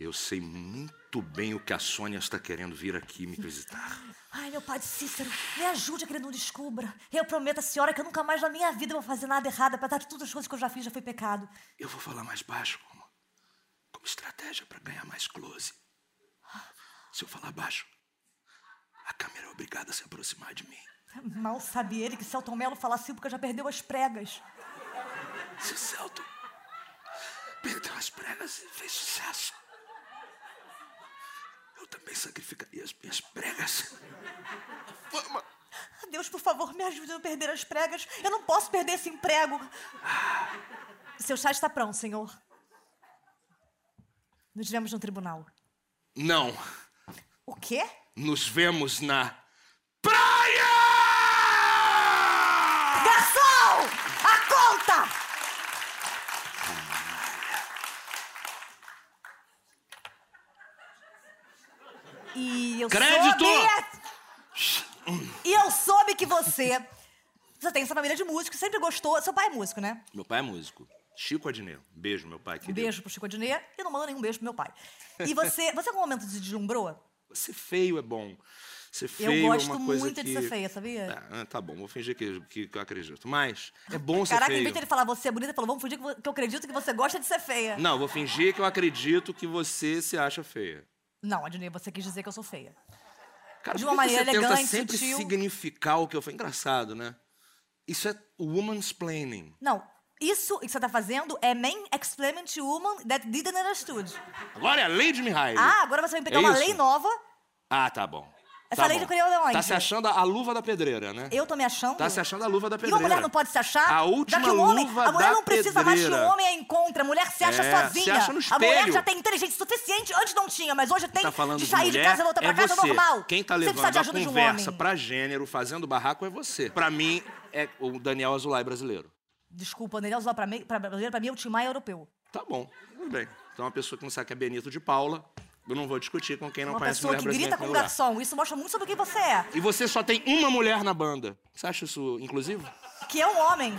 S2: Eu sei muito bem o que a Sônia está querendo vir aqui me visitar.
S5: Ai, meu pai de Cícero, me ajude a que ele não descubra. Eu prometo à senhora que eu nunca mais na minha vida vou fazer nada errado, apesar de todas as coisas que eu já fiz, já foi pecado.
S2: Eu vou falar mais baixo como, como estratégia para ganhar mais close. Se eu falar baixo, a câmera é obrigada a se aproximar de mim.
S5: Mal sabe ele que Celton Mello fala assim porque já perdeu as pregas.
S2: Se o Celto perdeu as pregas e fez sucesso, eu também sacrificaria as minhas pregas. A fama.
S5: Ah, Deus, por favor, me ajude a não perder as pregas. Eu não posso perder esse emprego. Seu chá está pronto, senhor. Nos vemos no tribunal.
S2: Não,
S5: O quê?
S2: nos vemos na praia!
S5: Garçom! A conta! E eu
S2: Crédito!
S5: soube... E eu soube que você... Você tem essa família de músicos, sempre gostou... Seu pai é músico, né?
S2: Meu pai é músico. Chico Adnet. Beijo, meu pai
S5: Um
S2: querido.
S5: beijo pro Chico Adnet e não manda nenhum beijo pro meu pai.
S2: [laughs]
S5: E você, você em algum momento se deslumbrou?
S2: Ser feio é bom. Ser
S5: Eu
S2: feio é
S5: gosto
S2: uma coisa
S5: muito
S2: que...
S5: de ser feia, sabia?
S2: Ah, ah, tá bom, vou fingir que, que, que eu acredito. Mas é bom ser
S5: Caraca, em
S2: feio.
S5: vez de ele falar você é bonita, ele falou, vamos fingir que vo- que eu acredito que você gosta de ser feia.
S2: Não, vou fingir que eu acredito que você se acha feia.
S5: Não, Adnei, você quis dizer que eu sou feia.
S2: Cara,
S5: De
S2: por
S5: uma
S2: que
S5: maneira
S2: você
S5: elegante,
S2: tenta sempre
S5: sutil.
S2: significar o que eu falei. Engraçado, né? Isso é woman's planning.
S5: Não, isso que você tá fazendo é man explain to woman that didn't understood.
S2: Agora é a Lady Mihaly.
S5: Ah, agora você vai pegar
S2: É
S5: uma
S2: isso?
S5: lei nova.
S2: Ah, tá bom.
S5: Essa
S2: tá
S5: lei
S2: bom.
S5: eu criei da onde?
S2: Tá se achando a luva da pedreira, né?
S5: Eu tô me achando.
S2: Tá se achando a luva da
S5: E
S2: pedreira.
S5: uma mulher não pode se achar?
S2: A
S5: Já
S2: última
S5: que o homem,
S2: luva
S5: A mulher
S2: da
S5: não precisa mais
S2: pedreira.
S5: que o homem a encontre. A mulher se acha
S2: É, se
S5: sozinha.
S2: acha no
S5: A mulher
S2: espelho.
S5: já tem inteligência suficiente. Antes não tinha, mas hoje tem
S2: tá falando
S5: de sair de,
S2: mulher,
S5: casa e voltar pra
S2: é
S5: casa
S2: você.
S5: normal.
S2: Quem tá
S5: você precisa
S2: levando
S5: de
S2: a
S5: ajuda de um homem.
S2: conversa pra gênero, fazendo barraco, é você. Pra mim, é o Daniel Azulay brasileiro.
S5: Desculpa, Daniel Zola, pra mim, pra, brasileiro, pra mim, o Tim Maia é europeu.
S2: Tá bom, tudo bem. Então, uma pessoa que não sabe que é Benito de Paula, eu não vou discutir com quem não
S5: uma
S2: conhece
S5: pessoa
S2: mulher
S5: que
S2: brasileira
S5: grita
S2: em
S5: com o
S2: algum lugar.
S5: garçom. Isso mostra muito sobre quem você é.
S2: E você só tem uma mulher na banda. Você acha isso inclusivo?
S5: Que é um homem.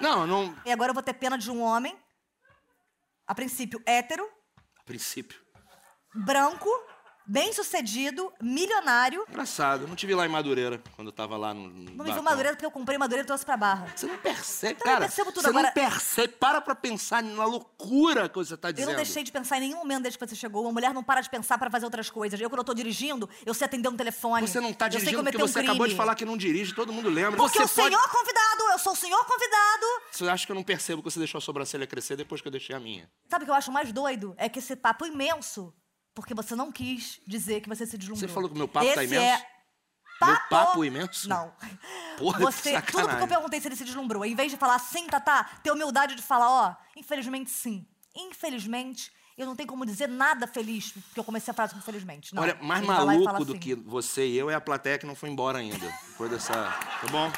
S2: Não, não.
S5: E agora eu vou ter pena de um homem, a princípio hétero,
S2: A princípio.
S5: branco, bem-sucedido, milionário.
S2: Engraçado, eu não tive lá em Madureira, quando eu tava lá no. no
S5: Não me viu
S2: Barcão.
S5: Madureira porque eu comprei Madureira e trouxe pra Barra.
S2: Você não percebe,
S5: Então, eu
S2: cara.
S5: percebo tudo
S2: você
S5: agora.
S2: não percebe. Para pra pensar na loucura que você tá
S5: Eu
S2: dizendo.
S5: não deixei de pensar em nenhum momento desde que você chegou. Uma mulher não para de pensar pra fazer outras coisas. Eu, quando eu tô dirigindo, eu sei atender um telefone.
S2: Você não tá
S5: eu sei
S2: dirigindo
S5: cometer
S2: porque você
S5: um crime.
S2: acabou de falar que não dirige, todo mundo lembra.
S5: Porque
S2: você
S5: o senhor convidado, eu sou o senhor convidado.
S2: Você acha que eu não percebo que você deixou a sobrancelha crescer depois que eu deixei a minha?
S5: Sabe o que eu acho mais doido? É que esse papo imenso, porque você não quis dizer que você se deslumbrou.
S2: Você falou que meu papo
S5: esse
S2: tá imenso?
S5: É papo...
S2: Meu papo imenso?
S5: Não.
S2: Porra, que
S5: você, tudo porque eu
S2: sacanagem.
S5: perguntei se ele se deslumbrou. Em vez de falar sim, Tatá, ter humildade de falar, ó, infelizmente sim. Infelizmente, eu não tenho como dizer nada feliz, porque eu comecei a frase com felizmente. Não.
S2: Olha, mais
S5: Ele vai lá e fala assim.
S2: maluco do
S5: sim.
S2: que você e eu é a plateia que não foi embora ainda. Depois dessa. Tá bom?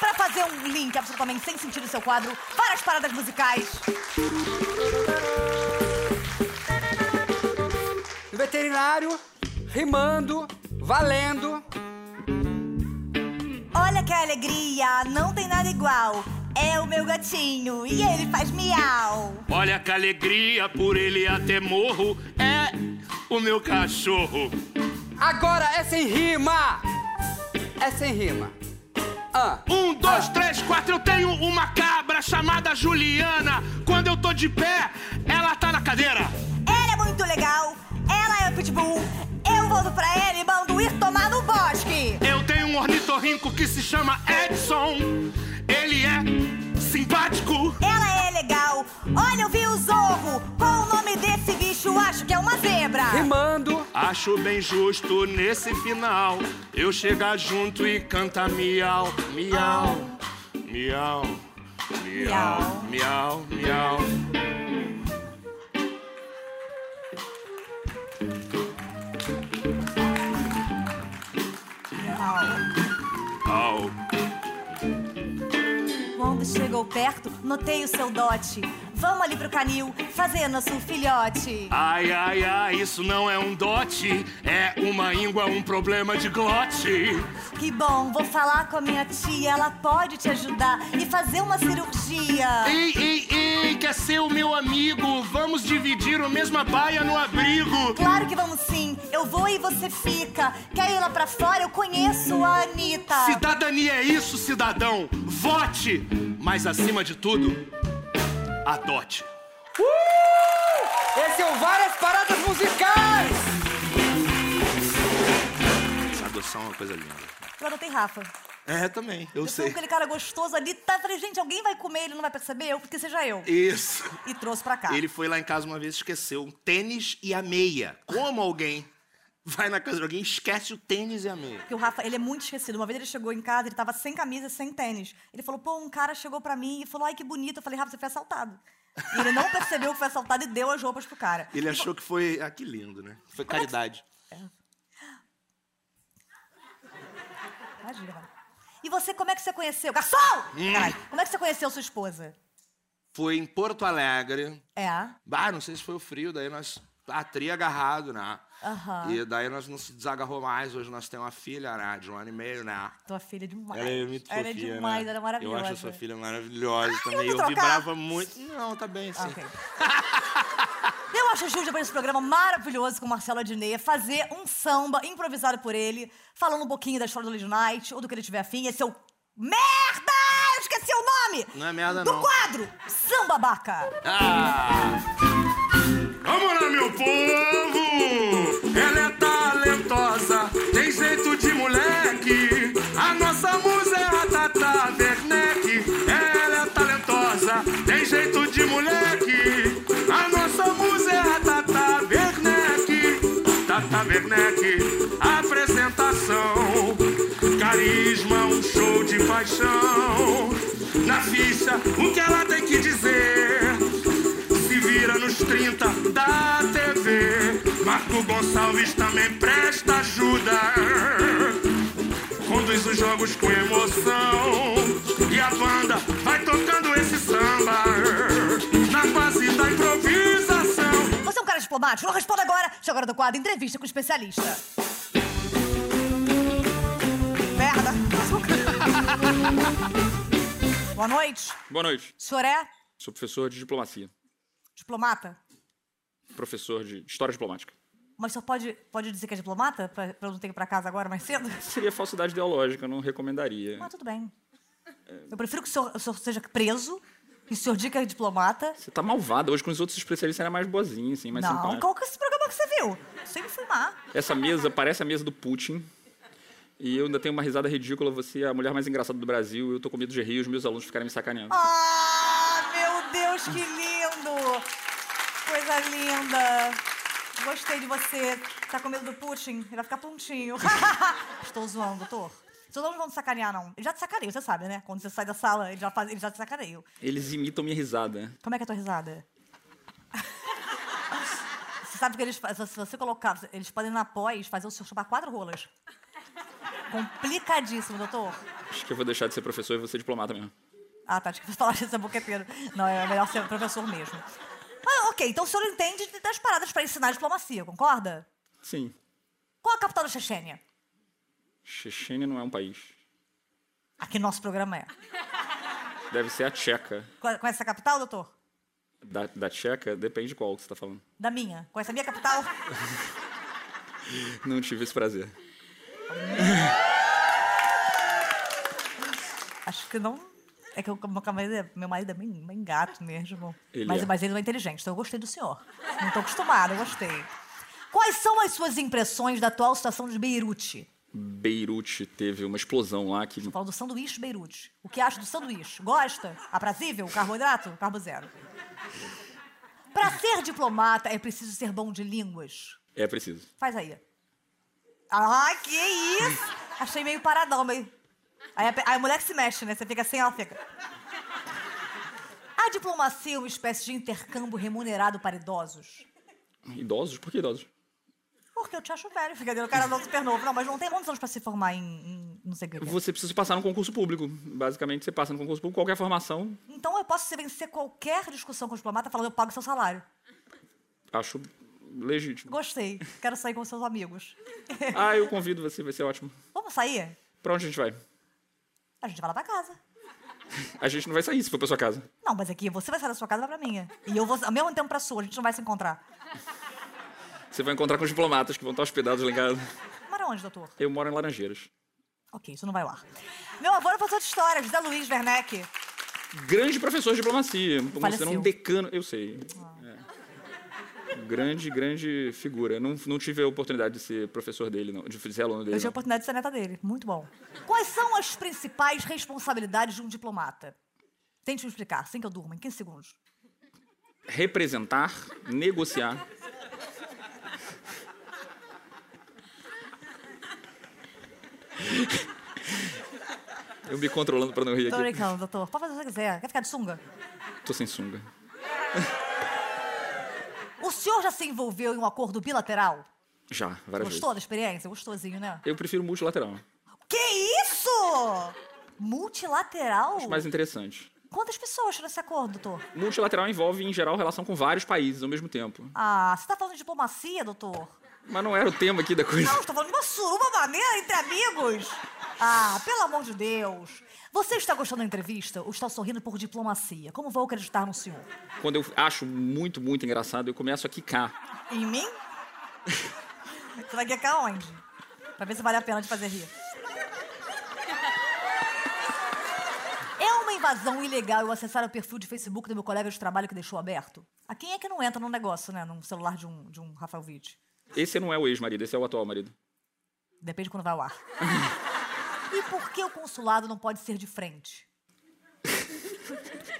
S5: Pra fazer um link absolutamente sem sentido no seu quadro, várias paradas musicais.
S3: No veterinário, rimando, valendo.
S5: Olha que alegria, não tem nada igual. É o meu gatinho e ele faz miau.
S4: Olha que alegria, por ele até morro. É o meu cachorro.
S3: Agora é sem rima! É sem rima. Ah,
S4: Um, dois, três, quatro, eu tenho uma cabra chamada Juliana. Quando eu tô de pé, ela tá na cadeira.
S5: Ela é muito legal, ela é pitbull. Eu volto pra ela e mando ir tomar no bosque.
S4: Eu tenho um ornitorrinco que se chama Edson. Ele é simpático.
S5: Ela é legal. Olha, eu vi o zorro. Qual o nome desse bicho? Acho que é uma zebra.
S3: rimando.
S2: Ah.
S4: Acho bem justo nesse final eu chegar junto e cantar miau, miau, miau, miau, miau, miau. Au.
S5: Quando chegou perto, notei o seu dote. Vamos ali pro canil fazer nosso filhote.
S4: Ai, ai, ai, isso não é um dote, é uma íngua, um problema de glote.
S5: Que bom, vou falar com a minha tia. Ela pode te ajudar e fazer uma cirurgia.
S4: Ei, ei, ei, quer ser o meu amigo? Vamos dividir o mesma baia no abrigo.
S5: Claro que vamos sim. Eu vou e você fica. Quer ir lá pra fora? Eu conheço a Anitta.
S4: Cidadania é isso, cidadão. Vote! Mas acima de tudo, adote.
S3: Uh! Esse são várias paradas musicais!
S2: Essa adoção é uma coisa linda.
S5: Eu adotei Rafa.
S2: É, também, eu,
S5: Eu fui com
S2: sei.
S5: aquele cara gostoso ali, tá? Falei, gente, alguém vai comer, ele não vai perceber, eu, porque seja eu.
S2: Isso.
S5: E trouxe pra cá.
S2: Ele foi lá em casa uma vez e esqueceu um tênis e a meia. Como alguém vai na casa de alguém e esquece o tênis e a meia?
S5: Porque o Rafa, ele é muito esquecido. Uma vez ele chegou em casa, ele tava sem camisa, sem tênis. Ele falou, pô, um cara chegou pra mim e falou, ai, que bonito. Eu falei, Rafa, você foi assaltado. E ele não percebeu que foi assaltado e deu as roupas pro cara.
S2: Ele achou que foi. Ah, que lindo, né? Foi
S5: é
S2: caridade.
S5: Imagina. E você, como é que você conheceu? Garçom!
S2: Hum.
S5: Caralho, como é que você conheceu sua esposa?
S2: Foi em Porto Alegre.
S5: É.
S2: Ah, não sei se foi o frio, daí nós. Ah, tria agarrado, né?
S5: Aham.
S2: E daí nós não se desagarrou mais. Hoje nós temos uma filha, né? De um ano e meio, né?
S5: Tua filha é demais.
S2: Ela é muito
S5: Ela é
S2: fofinha,
S5: demais,
S2: né?
S5: ela é maravilhosa.
S2: Eu acho a sua filha maravilhosa também.
S5: vamos
S2: Eu
S5: trocar?
S2: vibrava muito. Não, tá bem, sim.
S5: Ah, ok. [laughs] Eu acho justo, depois desse programa maravilhoso com o Marcelo Adnet, fazer um samba improvisado por ele, falando um pouquinho da história do Lady Night, ou do que ele tiver afim. Esse é o... Merda! Eu esqueci o nome!
S2: Não é merda,
S5: do
S2: não.
S5: quadro Samba Baca.
S4: Ah! Vamos lá, meu povo! Ela é talentosa, tem jeito de moleque. A nossa musa é a Tata Werneck. Ela é talentosa, tem jeito de moleque. A nossa musa é a Tata Werneck. Tata Werneck, apresentação. Carisma, um show de paixão. Na ficha, o que ela tem que dizer? se vira nos 30 da TV. Marco Gonçalves também presta ajuda. Conduz os jogos com emoção. E a banda vai tocando esse samba. Na fase da improvisação.
S5: Você é um cara diplomático? Não responda agora. Chega a hora do quadro Entrevista com o Especialista. Merda. [laughs] Boa noite.
S7: Boa noite.
S5: O senhor é
S7: Sou professor de diplomacia.
S5: diplomata?
S7: Professor de história diplomática.
S5: Mas só pode, pode dizer que é diplomata? Pra, pra eu não ter que ir pra casa agora mais cedo?
S7: Seria falsidade ideológica, eu não recomendaria.
S5: Mas tudo bem. Eu prefiro que o senhor, o senhor seja preso e o senhor diga que é diplomata.
S7: Você tá malvada. Hoje com os outros especialistas era mais boazinha, assim, mais
S5: não,
S7: simpática.
S5: qual é? que é esse programa que você viu? Sem me filmar.
S7: Essa mesa parece a mesa do Putin. E eu ainda tenho uma risada ridícula. Você é a mulher mais engraçada do Brasil. Eu tô com medo de rir e os meus alunos ficarem me sacaneando.
S5: Ah, meu Deus, que lindo! Coisa linda! Gostei de você. Tá com medo do Putin? Ele vai ficar tontinho. [laughs] Estou zoando, doutor. Seus alunos vão te sacanear, não. Eles já te sacaneiam, você sabe, né? Quando você sai da sala, eles já, faz... eles já te sacaneiam.
S7: Eles imitam minha risada.
S5: Como é que é a tua risada? você sabe que eles. fa- Se você colocar. Eles podem na pós fazer o senhor chupar quatro rolas. Complicadíssimo, doutor.
S7: Acho que eu vou deixar de ser professor e vou ser diplomata mesmo.
S5: Ah, tá. Acho que você falar que você é boqueteiro. Não, é melhor ser professor mesmo. Ah, ok, então o senhor entende das paradas pra ensinar diplomacia, concorda?
S7: Sim.
S5: Qual a capital da Chechênia?
S7: Chechênia não é um país.
S5: Aqui nosso programa é.
S7: Deve ser a tcheca.
S5: Co- Conhece é essa capital, doutor?
S7: Da, da tcheca? Depende de qual que você tá falando.
S5: Da minha. Conhece a minha capital?
S7: Não tive esse prazer.
S5: Acho que não. É que eu, meu, marido é, meu marido é bem, bem gato mesmo.
S7: Ele
S5: mas,
S7: é.
S5: mas ele não é inteligente, então eu gostei do senhor. Não estou acostumada, eu gostei. Quais são as suas impressões da atual situação de Beirute?
S7: Beirute teve uma explosão lá que.
S5: Falando do sanduíche Beirute. O que acha do sanduíche? Gosta? Aprazível? Carboidrato? Carbo zero. Para ser diplomata, é preciso ser bom de línguas.
S7: É preciso.
S5: Faz aí. Ah, que isso! Achei meio paradão, meio. Aí a, pe- aí a mulher que se mexe, né? Você fica assim, ela fica. A diplomacia é uma espécie de intercâmbio remunerado para idosos.
S7: Idosos? Por que idosos?
S5: Porque eu te acho velho, brincadeira, o cara não super novo. Não, mas não tem quantos anos pra se formar em, em não sei o que. que é.
S7: Você precisa passar num concurso público. Basicamente, você passa num concurso público, qualquer formação,
S5: Então eu posso vencer qualquer discussão com o diplomata falando eu pago seu salário.
S7: acho legítimo.
S5: Gostei, quero sair com seus amigos.
S7: Ah, eu convido você, vai ser ótimo.
S5: Vamos sair?
S7: Pra onde a gente vai?
S5: A gente vai lá pra casa.
S7: A gente não vai sair se for pra sua casa.
S5: Não, mas aqui você vai sair da sua casa e vai pra minha. E eu vou ao mesmo tempo pra sua, a gente não vai se encontrar.
S7: Você vai encontrar com os diplomatas que vão estar hospedados lá em casa.
S5: Mora onde, doutor?
S7: Eu moro em Laranjeiras.
S5: Ok, isso não vai lá. Meu avô era professor de história, José Luiz Werneck.
S7: Grande professor de diplomacia. Você
S5: Faleceu.
S7: um decano. Eu sei. É. Grande, grande figura. Não, não tive a oportunidade de ser professor dele, não. De ser aluno dele.
S5: Eu tive a
S7: não.
S5: oportunidade de ser neta dele. Muito bom. Quais são as principais responsabilidades de um diplomata? Tente me explicar, sem que eu durma, em 15 segundos.
S7: Representar, negociar. Eu me controlando pra não rir
S5: Tô
S7: aqui.
S5: brincando, doutor. Pode fazer o que você quiser. Quer ficar de sunga?
S7: Tô sem sunga.
S5: O senhor já se envolveu em um acordo bilateral?
S7: Já, várias vezes.
S5: Gostou da experiência? Gostosinho, né?
S7: Eu prefiro multilateral.
S5: Que isso? Multilateral?
S7: Acho mais interessante.
S5: Quantas pessoas nesse acordo, doutor?
S7: Multilateral envolve, em geral, relação com vários países ao mesmo tempo.
S5: Ah, você tá falando de diplomacia, doutor?
S7: Mas não era o tema aqui da coisa.
S5: Não, estou falando de uma suruba maneira entre amigos. Ah, pelo amor de Deus. Você está gostando da entrevista ou está sorrindo por diplomacia? Como vou acreditar no senhor?
S7: Quando eu acho muito, muito engraçado, eu começo a quicar.
S5: Em mim? [laughs] Você vai quecar onde? Pra ver se vale a pena de fazer rir. É uma invasão ilegal eu acessar o perfil de Facebook do meu colega de trabalho que deixou aberto? A quem é que não entra num negócio, né? Num celular de um, de um Rafael Witt?
S7: Esse não é o ex-marido, esse é o atual marido.
S5: Depende de quando vai ao ar. [laughs] e por que o consulado não pode ser de frente?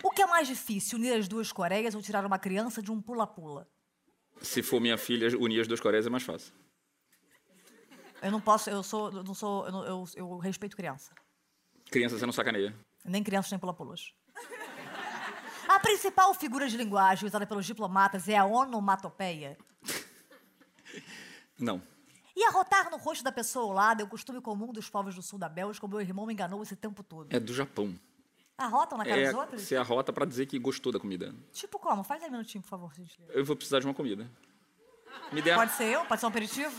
S5: O que é mais difícil, unir as duas Coreias ou tirar uma criança de um pula-pula?
S7: Se for minha filha, unir as duas Coreias é mais fácil.
S5: Eu não posso, eu sou, eu não sou, eu, não- eu- eu respeito criança.
S7: Criança, você não sacaneia.
S5: Nem crianças nem pula-pulas. A principal figura de linguagem usada pelos diplomatas é a onomatopeia.
S7: Não.
S5: E arrotar no rosto da pessoa ao lado é o costume comum dos povos do sul da Bélgica, como meu irmão me enganou esse tempo todo.
S7: É do Japão.
S5: Arrotam na cara
S7: É,
S5: dos outros?
S7: você arrota pra dizer que gostou da comida.
S5: Tipo como? Faz aí um minutinho, por favor, gente.
S7: Eu vou precisar de uma comida. Me dê a...
S5: Pode ser eu? Pode ser um aperitivo?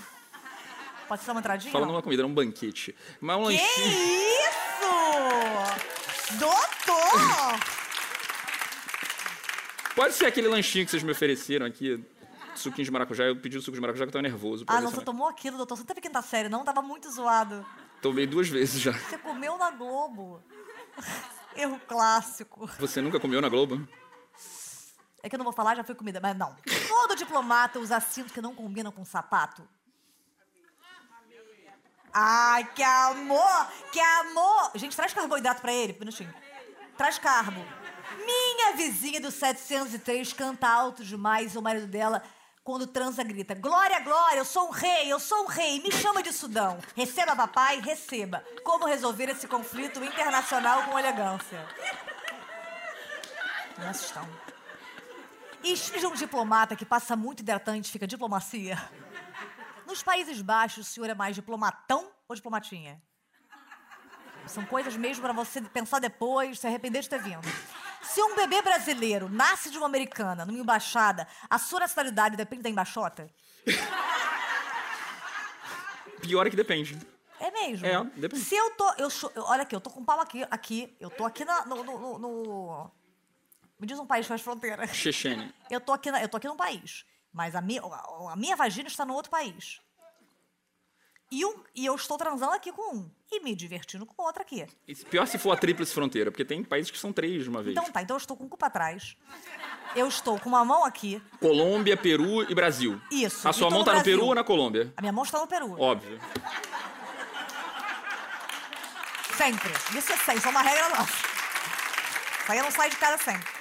S5: Pode ser uma entradinha?
S7: Falando uma comida, era um banquete. Mas um
S5: Que
S7: lanchinho...
S5: isso? Doutor!
S7: Pode ser aquele lanchinho que vocês me ofereceram aqui. Suquinho de maracujá. Eu pedi o suco de maracujá que eu tava nervoso. pra
S5: Ah,
S7: ver
S5: não,
S7: se
S5: você
S7: eu
S5: tomou aquilo, doutor. Você não teve quinta série, não? Tava muito zoado.
S7: Tomei duas vezes já.
S5: Você comeu na Globo. [laughs] Erro clássico.
S7: Você nunca comeu na Globo?
S5: É que eu não vou falar, já foi comida, mas não. Todo diplomata usa cinto que não combina com sapato. Ai, que amor! Que amor! Gente, traz carboidrato pra ele, um minutinho. Traz carbo. Minha vizinha do 703 canta alto demais e o marido dela, quando transa, grita: Glória, glória, eu sou um rei, eu sou um rei, me chama de Sudão. Receba, papai, receba. Como resolver esse conflito internacional com elegância? Me assustam. E seja um diplomata que passa muito hidratante, fica diplomacia. Nos Países Baixos, o senhor é mais diplomatão ou diplomatinha? São coisas mesmo pra você pensar depois, se arrepender de ter vindo. Se um bebê brasileiro nasce de uma americana numa embaixada, a sua nacionalidade depende da embaixota?
S7: Pior é que depende.
S5: É mesmo.
S7: É, depende.
S5: Se eu tô. Eu, cho- eu- olha aqui, eu tô com o pau aqui, aqui. Eu tô aqui na- no, no- no- no- Me diz um país que faz fronteira.
S7: Chechene.
S5: Eu tô aqui, na, eu tô aqui num país. Mas a minha, a- a minha vagina está no outro país. E, um- e eu estou transando aqui com um. E me divertindo com outro aqui.
S7: E pior se for a tríplice fronteira, porque tem países que são três de uma vez.
S5: Então tá, então eu estou com o cu pra trás. Eu estou com uma mão aqui.
S7: Colômbia, Peru e Brasil.
S5: Isso,
S7: A
S5: e
S7: sua
S5: tô
S7: mão
S5: no
S7: tá no
S5: Brasil.
S7: Peru ou na Colômbia?
S5: A minha mão está no Peru.
S7: Óbvio.
S5: Sempre. Isso é sempre. Isso é uma regra nossa. Isso aí eu não saio de casa sempre.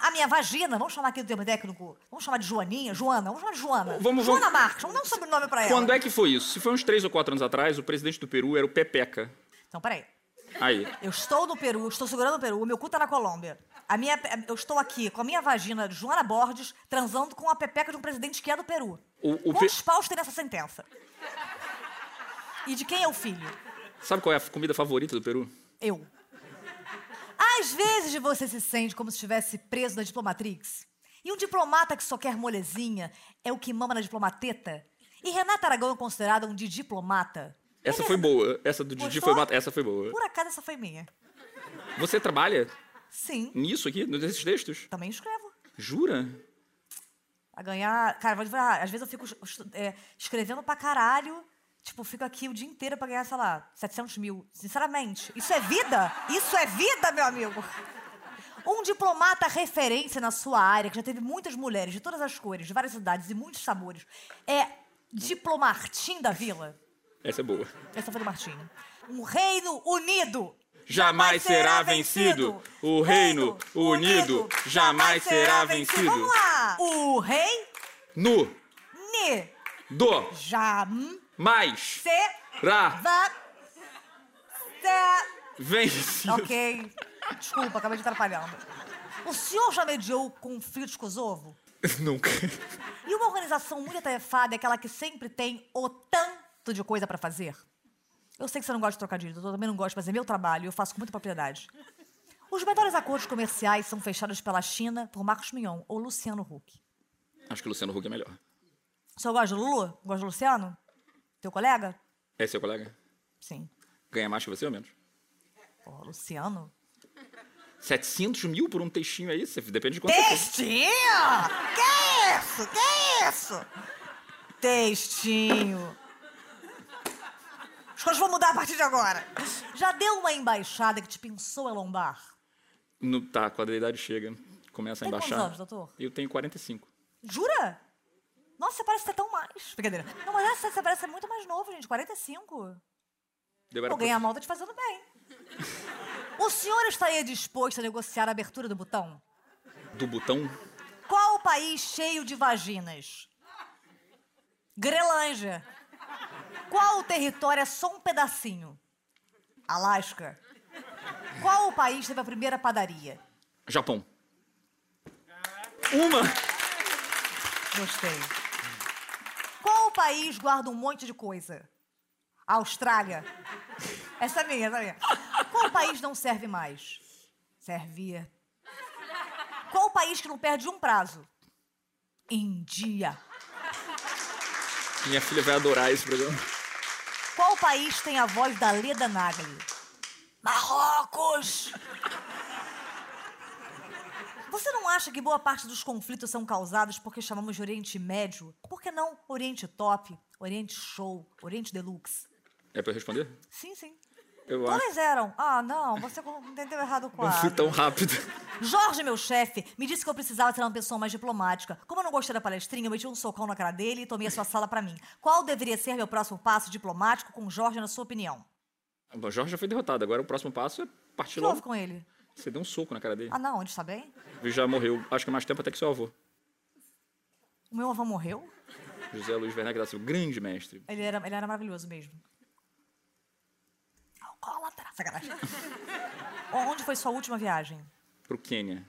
S5: A minha vagina, vamos chamar aqui do termo técnico, vamos chamar de Joaninha, Joana, vamos chamar de Joana.
S7: Vamos-
S5: Joana
S7: vamos-
S5: Marques, vamos dar um sobrenome pra ela.
S7: Quando é que foi isso? Se foi uns três ou quatro anos atrás, o presidente do Peru era o Pepeca.
S5: Então, peraí.
S7: Aí.
S5: Eu estou no Peru, estou segurando o Peru, meu cu tá na Colômbia. A minha, eu estou aqui com a minha vagina de Joana Borges transando com a pepeca de um presidente que é do Peru.
S7: O- o
S5: Quantos paus tem nessa sentença? E de quem é o filho?
S7: Sabe qual é a f- comida favorita do Peru?
S5: Eu. Às vezes você se sente como se estivesse preso na diplomatrix. E um diplomata que só quer molezinha é o que mama na diplomateta. E Renata Aragão é considerada um de diplomata.
S7: Essa
S5: Beleza.
S7: foi boa. Essa do Didi
S5: Gostou?
S7: foi mata. Essa foi boa.
S5: Por acaso essa foi minha.
S7: Você trabalha
S5: Sim,
S7: nisso aqui, nesses textos?
S5: também escrevo.
S7: Jura?
S5: A ganhar. Cara, vou te falar, às vezes eu fico estu- é, escrevendo pra caralho. Tipo, fico aqui o dia inteiro pra ganhar, sei lá, 700 mil. Sinceramente, isso é vida? Isso é vida, meu amigo! Um diplomata referência na sua área, que já teve muitas mulheres de todas as cores, de várias idades e muitos sabores, é Diplomartim da Vila.
S7: Essa é boa.
S5: Essa foi do Martinho. Um reino unido
S7: Jamais será vencido. O reino unido jamais será vencido.
S5: Vamos lá! O rei
S7: Nu.
S5: ne
S7: Do.
S5: jam
S7: Mais.
S5: se
S7: Ra.
S5: va se-
S7: Vence.
S5: Ok. Desculpa, acabei de atrapalhando. O senhor já mediou conflitos com o Kosovo?
S7: [laughs] Nunca.
S5: E uma organização muito atarefada é aquela que sempre tem o tanto de coisa pra fazer? Eu sei que você não gosta de trocadilho, eu também não gosto, mas é meu trabalho e eu faço com muita propriedade. Os melhores acordos comerciais são fechados pela China por Marcos Mignon ou Luciano Huck.
S7: Acho que o Luciano Huck é melhor.
S5: O senhor gosta do Lulu? Gosta do Luciano? Teu colega?
S7: É seu colega?
S5: Sim.
S7: Ganha mais que você ou menos?
S5: Porra, Luciano?
S7: 700 mil por um textinho aí? Você- Depende de quanto você for.
S5: Textinho? Que isso? Que isso? Textinho. As coisas vão mudar a partir de agora. Já deu uma embaixada que te pinçou a lombar?
S7: No, tá, quando a idade chega, começa
S5: Tem
S7: a embaixar.
S5: quantos anos, doutor?
S7: Eu tenho 45.
S5: Jura? Nossa, você parece ser tão mais. Brincadeira. Não, mas essa- você parece ser muito mais novo, gente. 45.
S7: Eu era
S5: Pô, ganhar mal tá te fazendo bem. O senhor estaria disposto a negociar a abertura do botão?
S7: do botão.
S5: Qual o país cheio de vaginas? Grelândia. Qual o território é só um pedacinho? Alasca. Qual o país teve a primeira padaria?
S7: Japão. Uma!
S5: Gostei. Qual o país guarda um monte de coisa? Austrália. Essa é minha, essa é minha. Qual o país não serve mais? Servia. Qual o país que não perde um prazo? Índia.
S7: Minha filha vai adorar esse programa.
S5: Qual país tem a voz da Leda Nagli? Marrocos! Você não acha que boa parte dos conflitos são causados porque chamamos de Oriente Médio? Por que não Oriente Top, Oriente Show, Oriente Deluxe?
S7: É pra eu responder?
S5: Sim, sim.
S7: Eu acho.
S5: Todas eram. Ah, não, você entendeu errado o
S7: Não
S5: quadro.
S7: fui tão rápido.
S5: Jorge, meu chefe, me disse que eu precisava ser uma pessoa mais diplomática. Como eu não gostei da palestrinha, eu meti um socão na cara dele e tomei a sua sala pra mim. Qual deveria ser meu próximo passo diplomático com Jorge, na sua opinião?
S7: Bom, Jorge já foi derrotado, agora o próximo passo é
S5: O
S7: partir
S5: que houve
S7: logo.
S5: com ele?
S7: Você deu um soco na cara dele.
S5: Ah, não, ele está bem?
S7: Ele já morreu, acho que mais tempo até que seu avô.
S5: O meu avô morreu?
S7: José Luiz Werneck da Silva, grande mestre.
S5: Ele era, ele era maravilhoso mesmo. Alcoólatra. Sacanagem. Onde foi sua última viagem?
S7: Pro Quênia.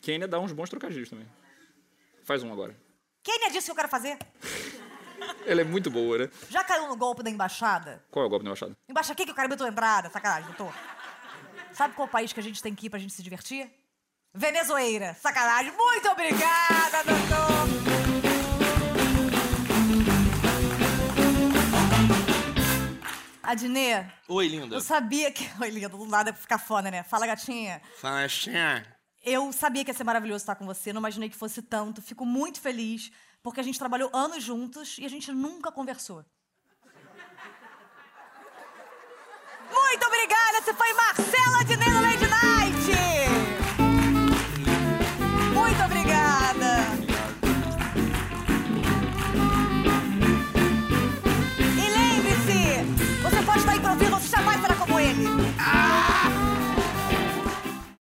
S7: Quênia dá uns bons trocadilhos também. Faz um agora.
S5: Quem é disso que eu quero fazer?
S7: Ela é muito boa, né?
S5: Já caiu no golpe da embaixada?
S7: Qual é o golpe do machado?
S5: Embaixada aqui que eu quero ver tua entrada. Sacanagem, doutor. Sabe qual país que a gente tem que ir pra gente se divertir? Venezuela. Sacanagem. Muito obrigada, doutor. Adnê,
S2: Oi, linda.
S5: eu sabia que. Oi, lindo, do nada é pra ficar foda, né? Fala, gatinha.
S2: Fala, Xan.
S5: Eu sabia que ia ser maravilhoso estar com você, não imaginei que fosse tanto. Fico muito feliz, porque a gente trabalhou anos juntos e a gente nunca conversou. Muito obrigada, se foi Marcela Adnê no Lady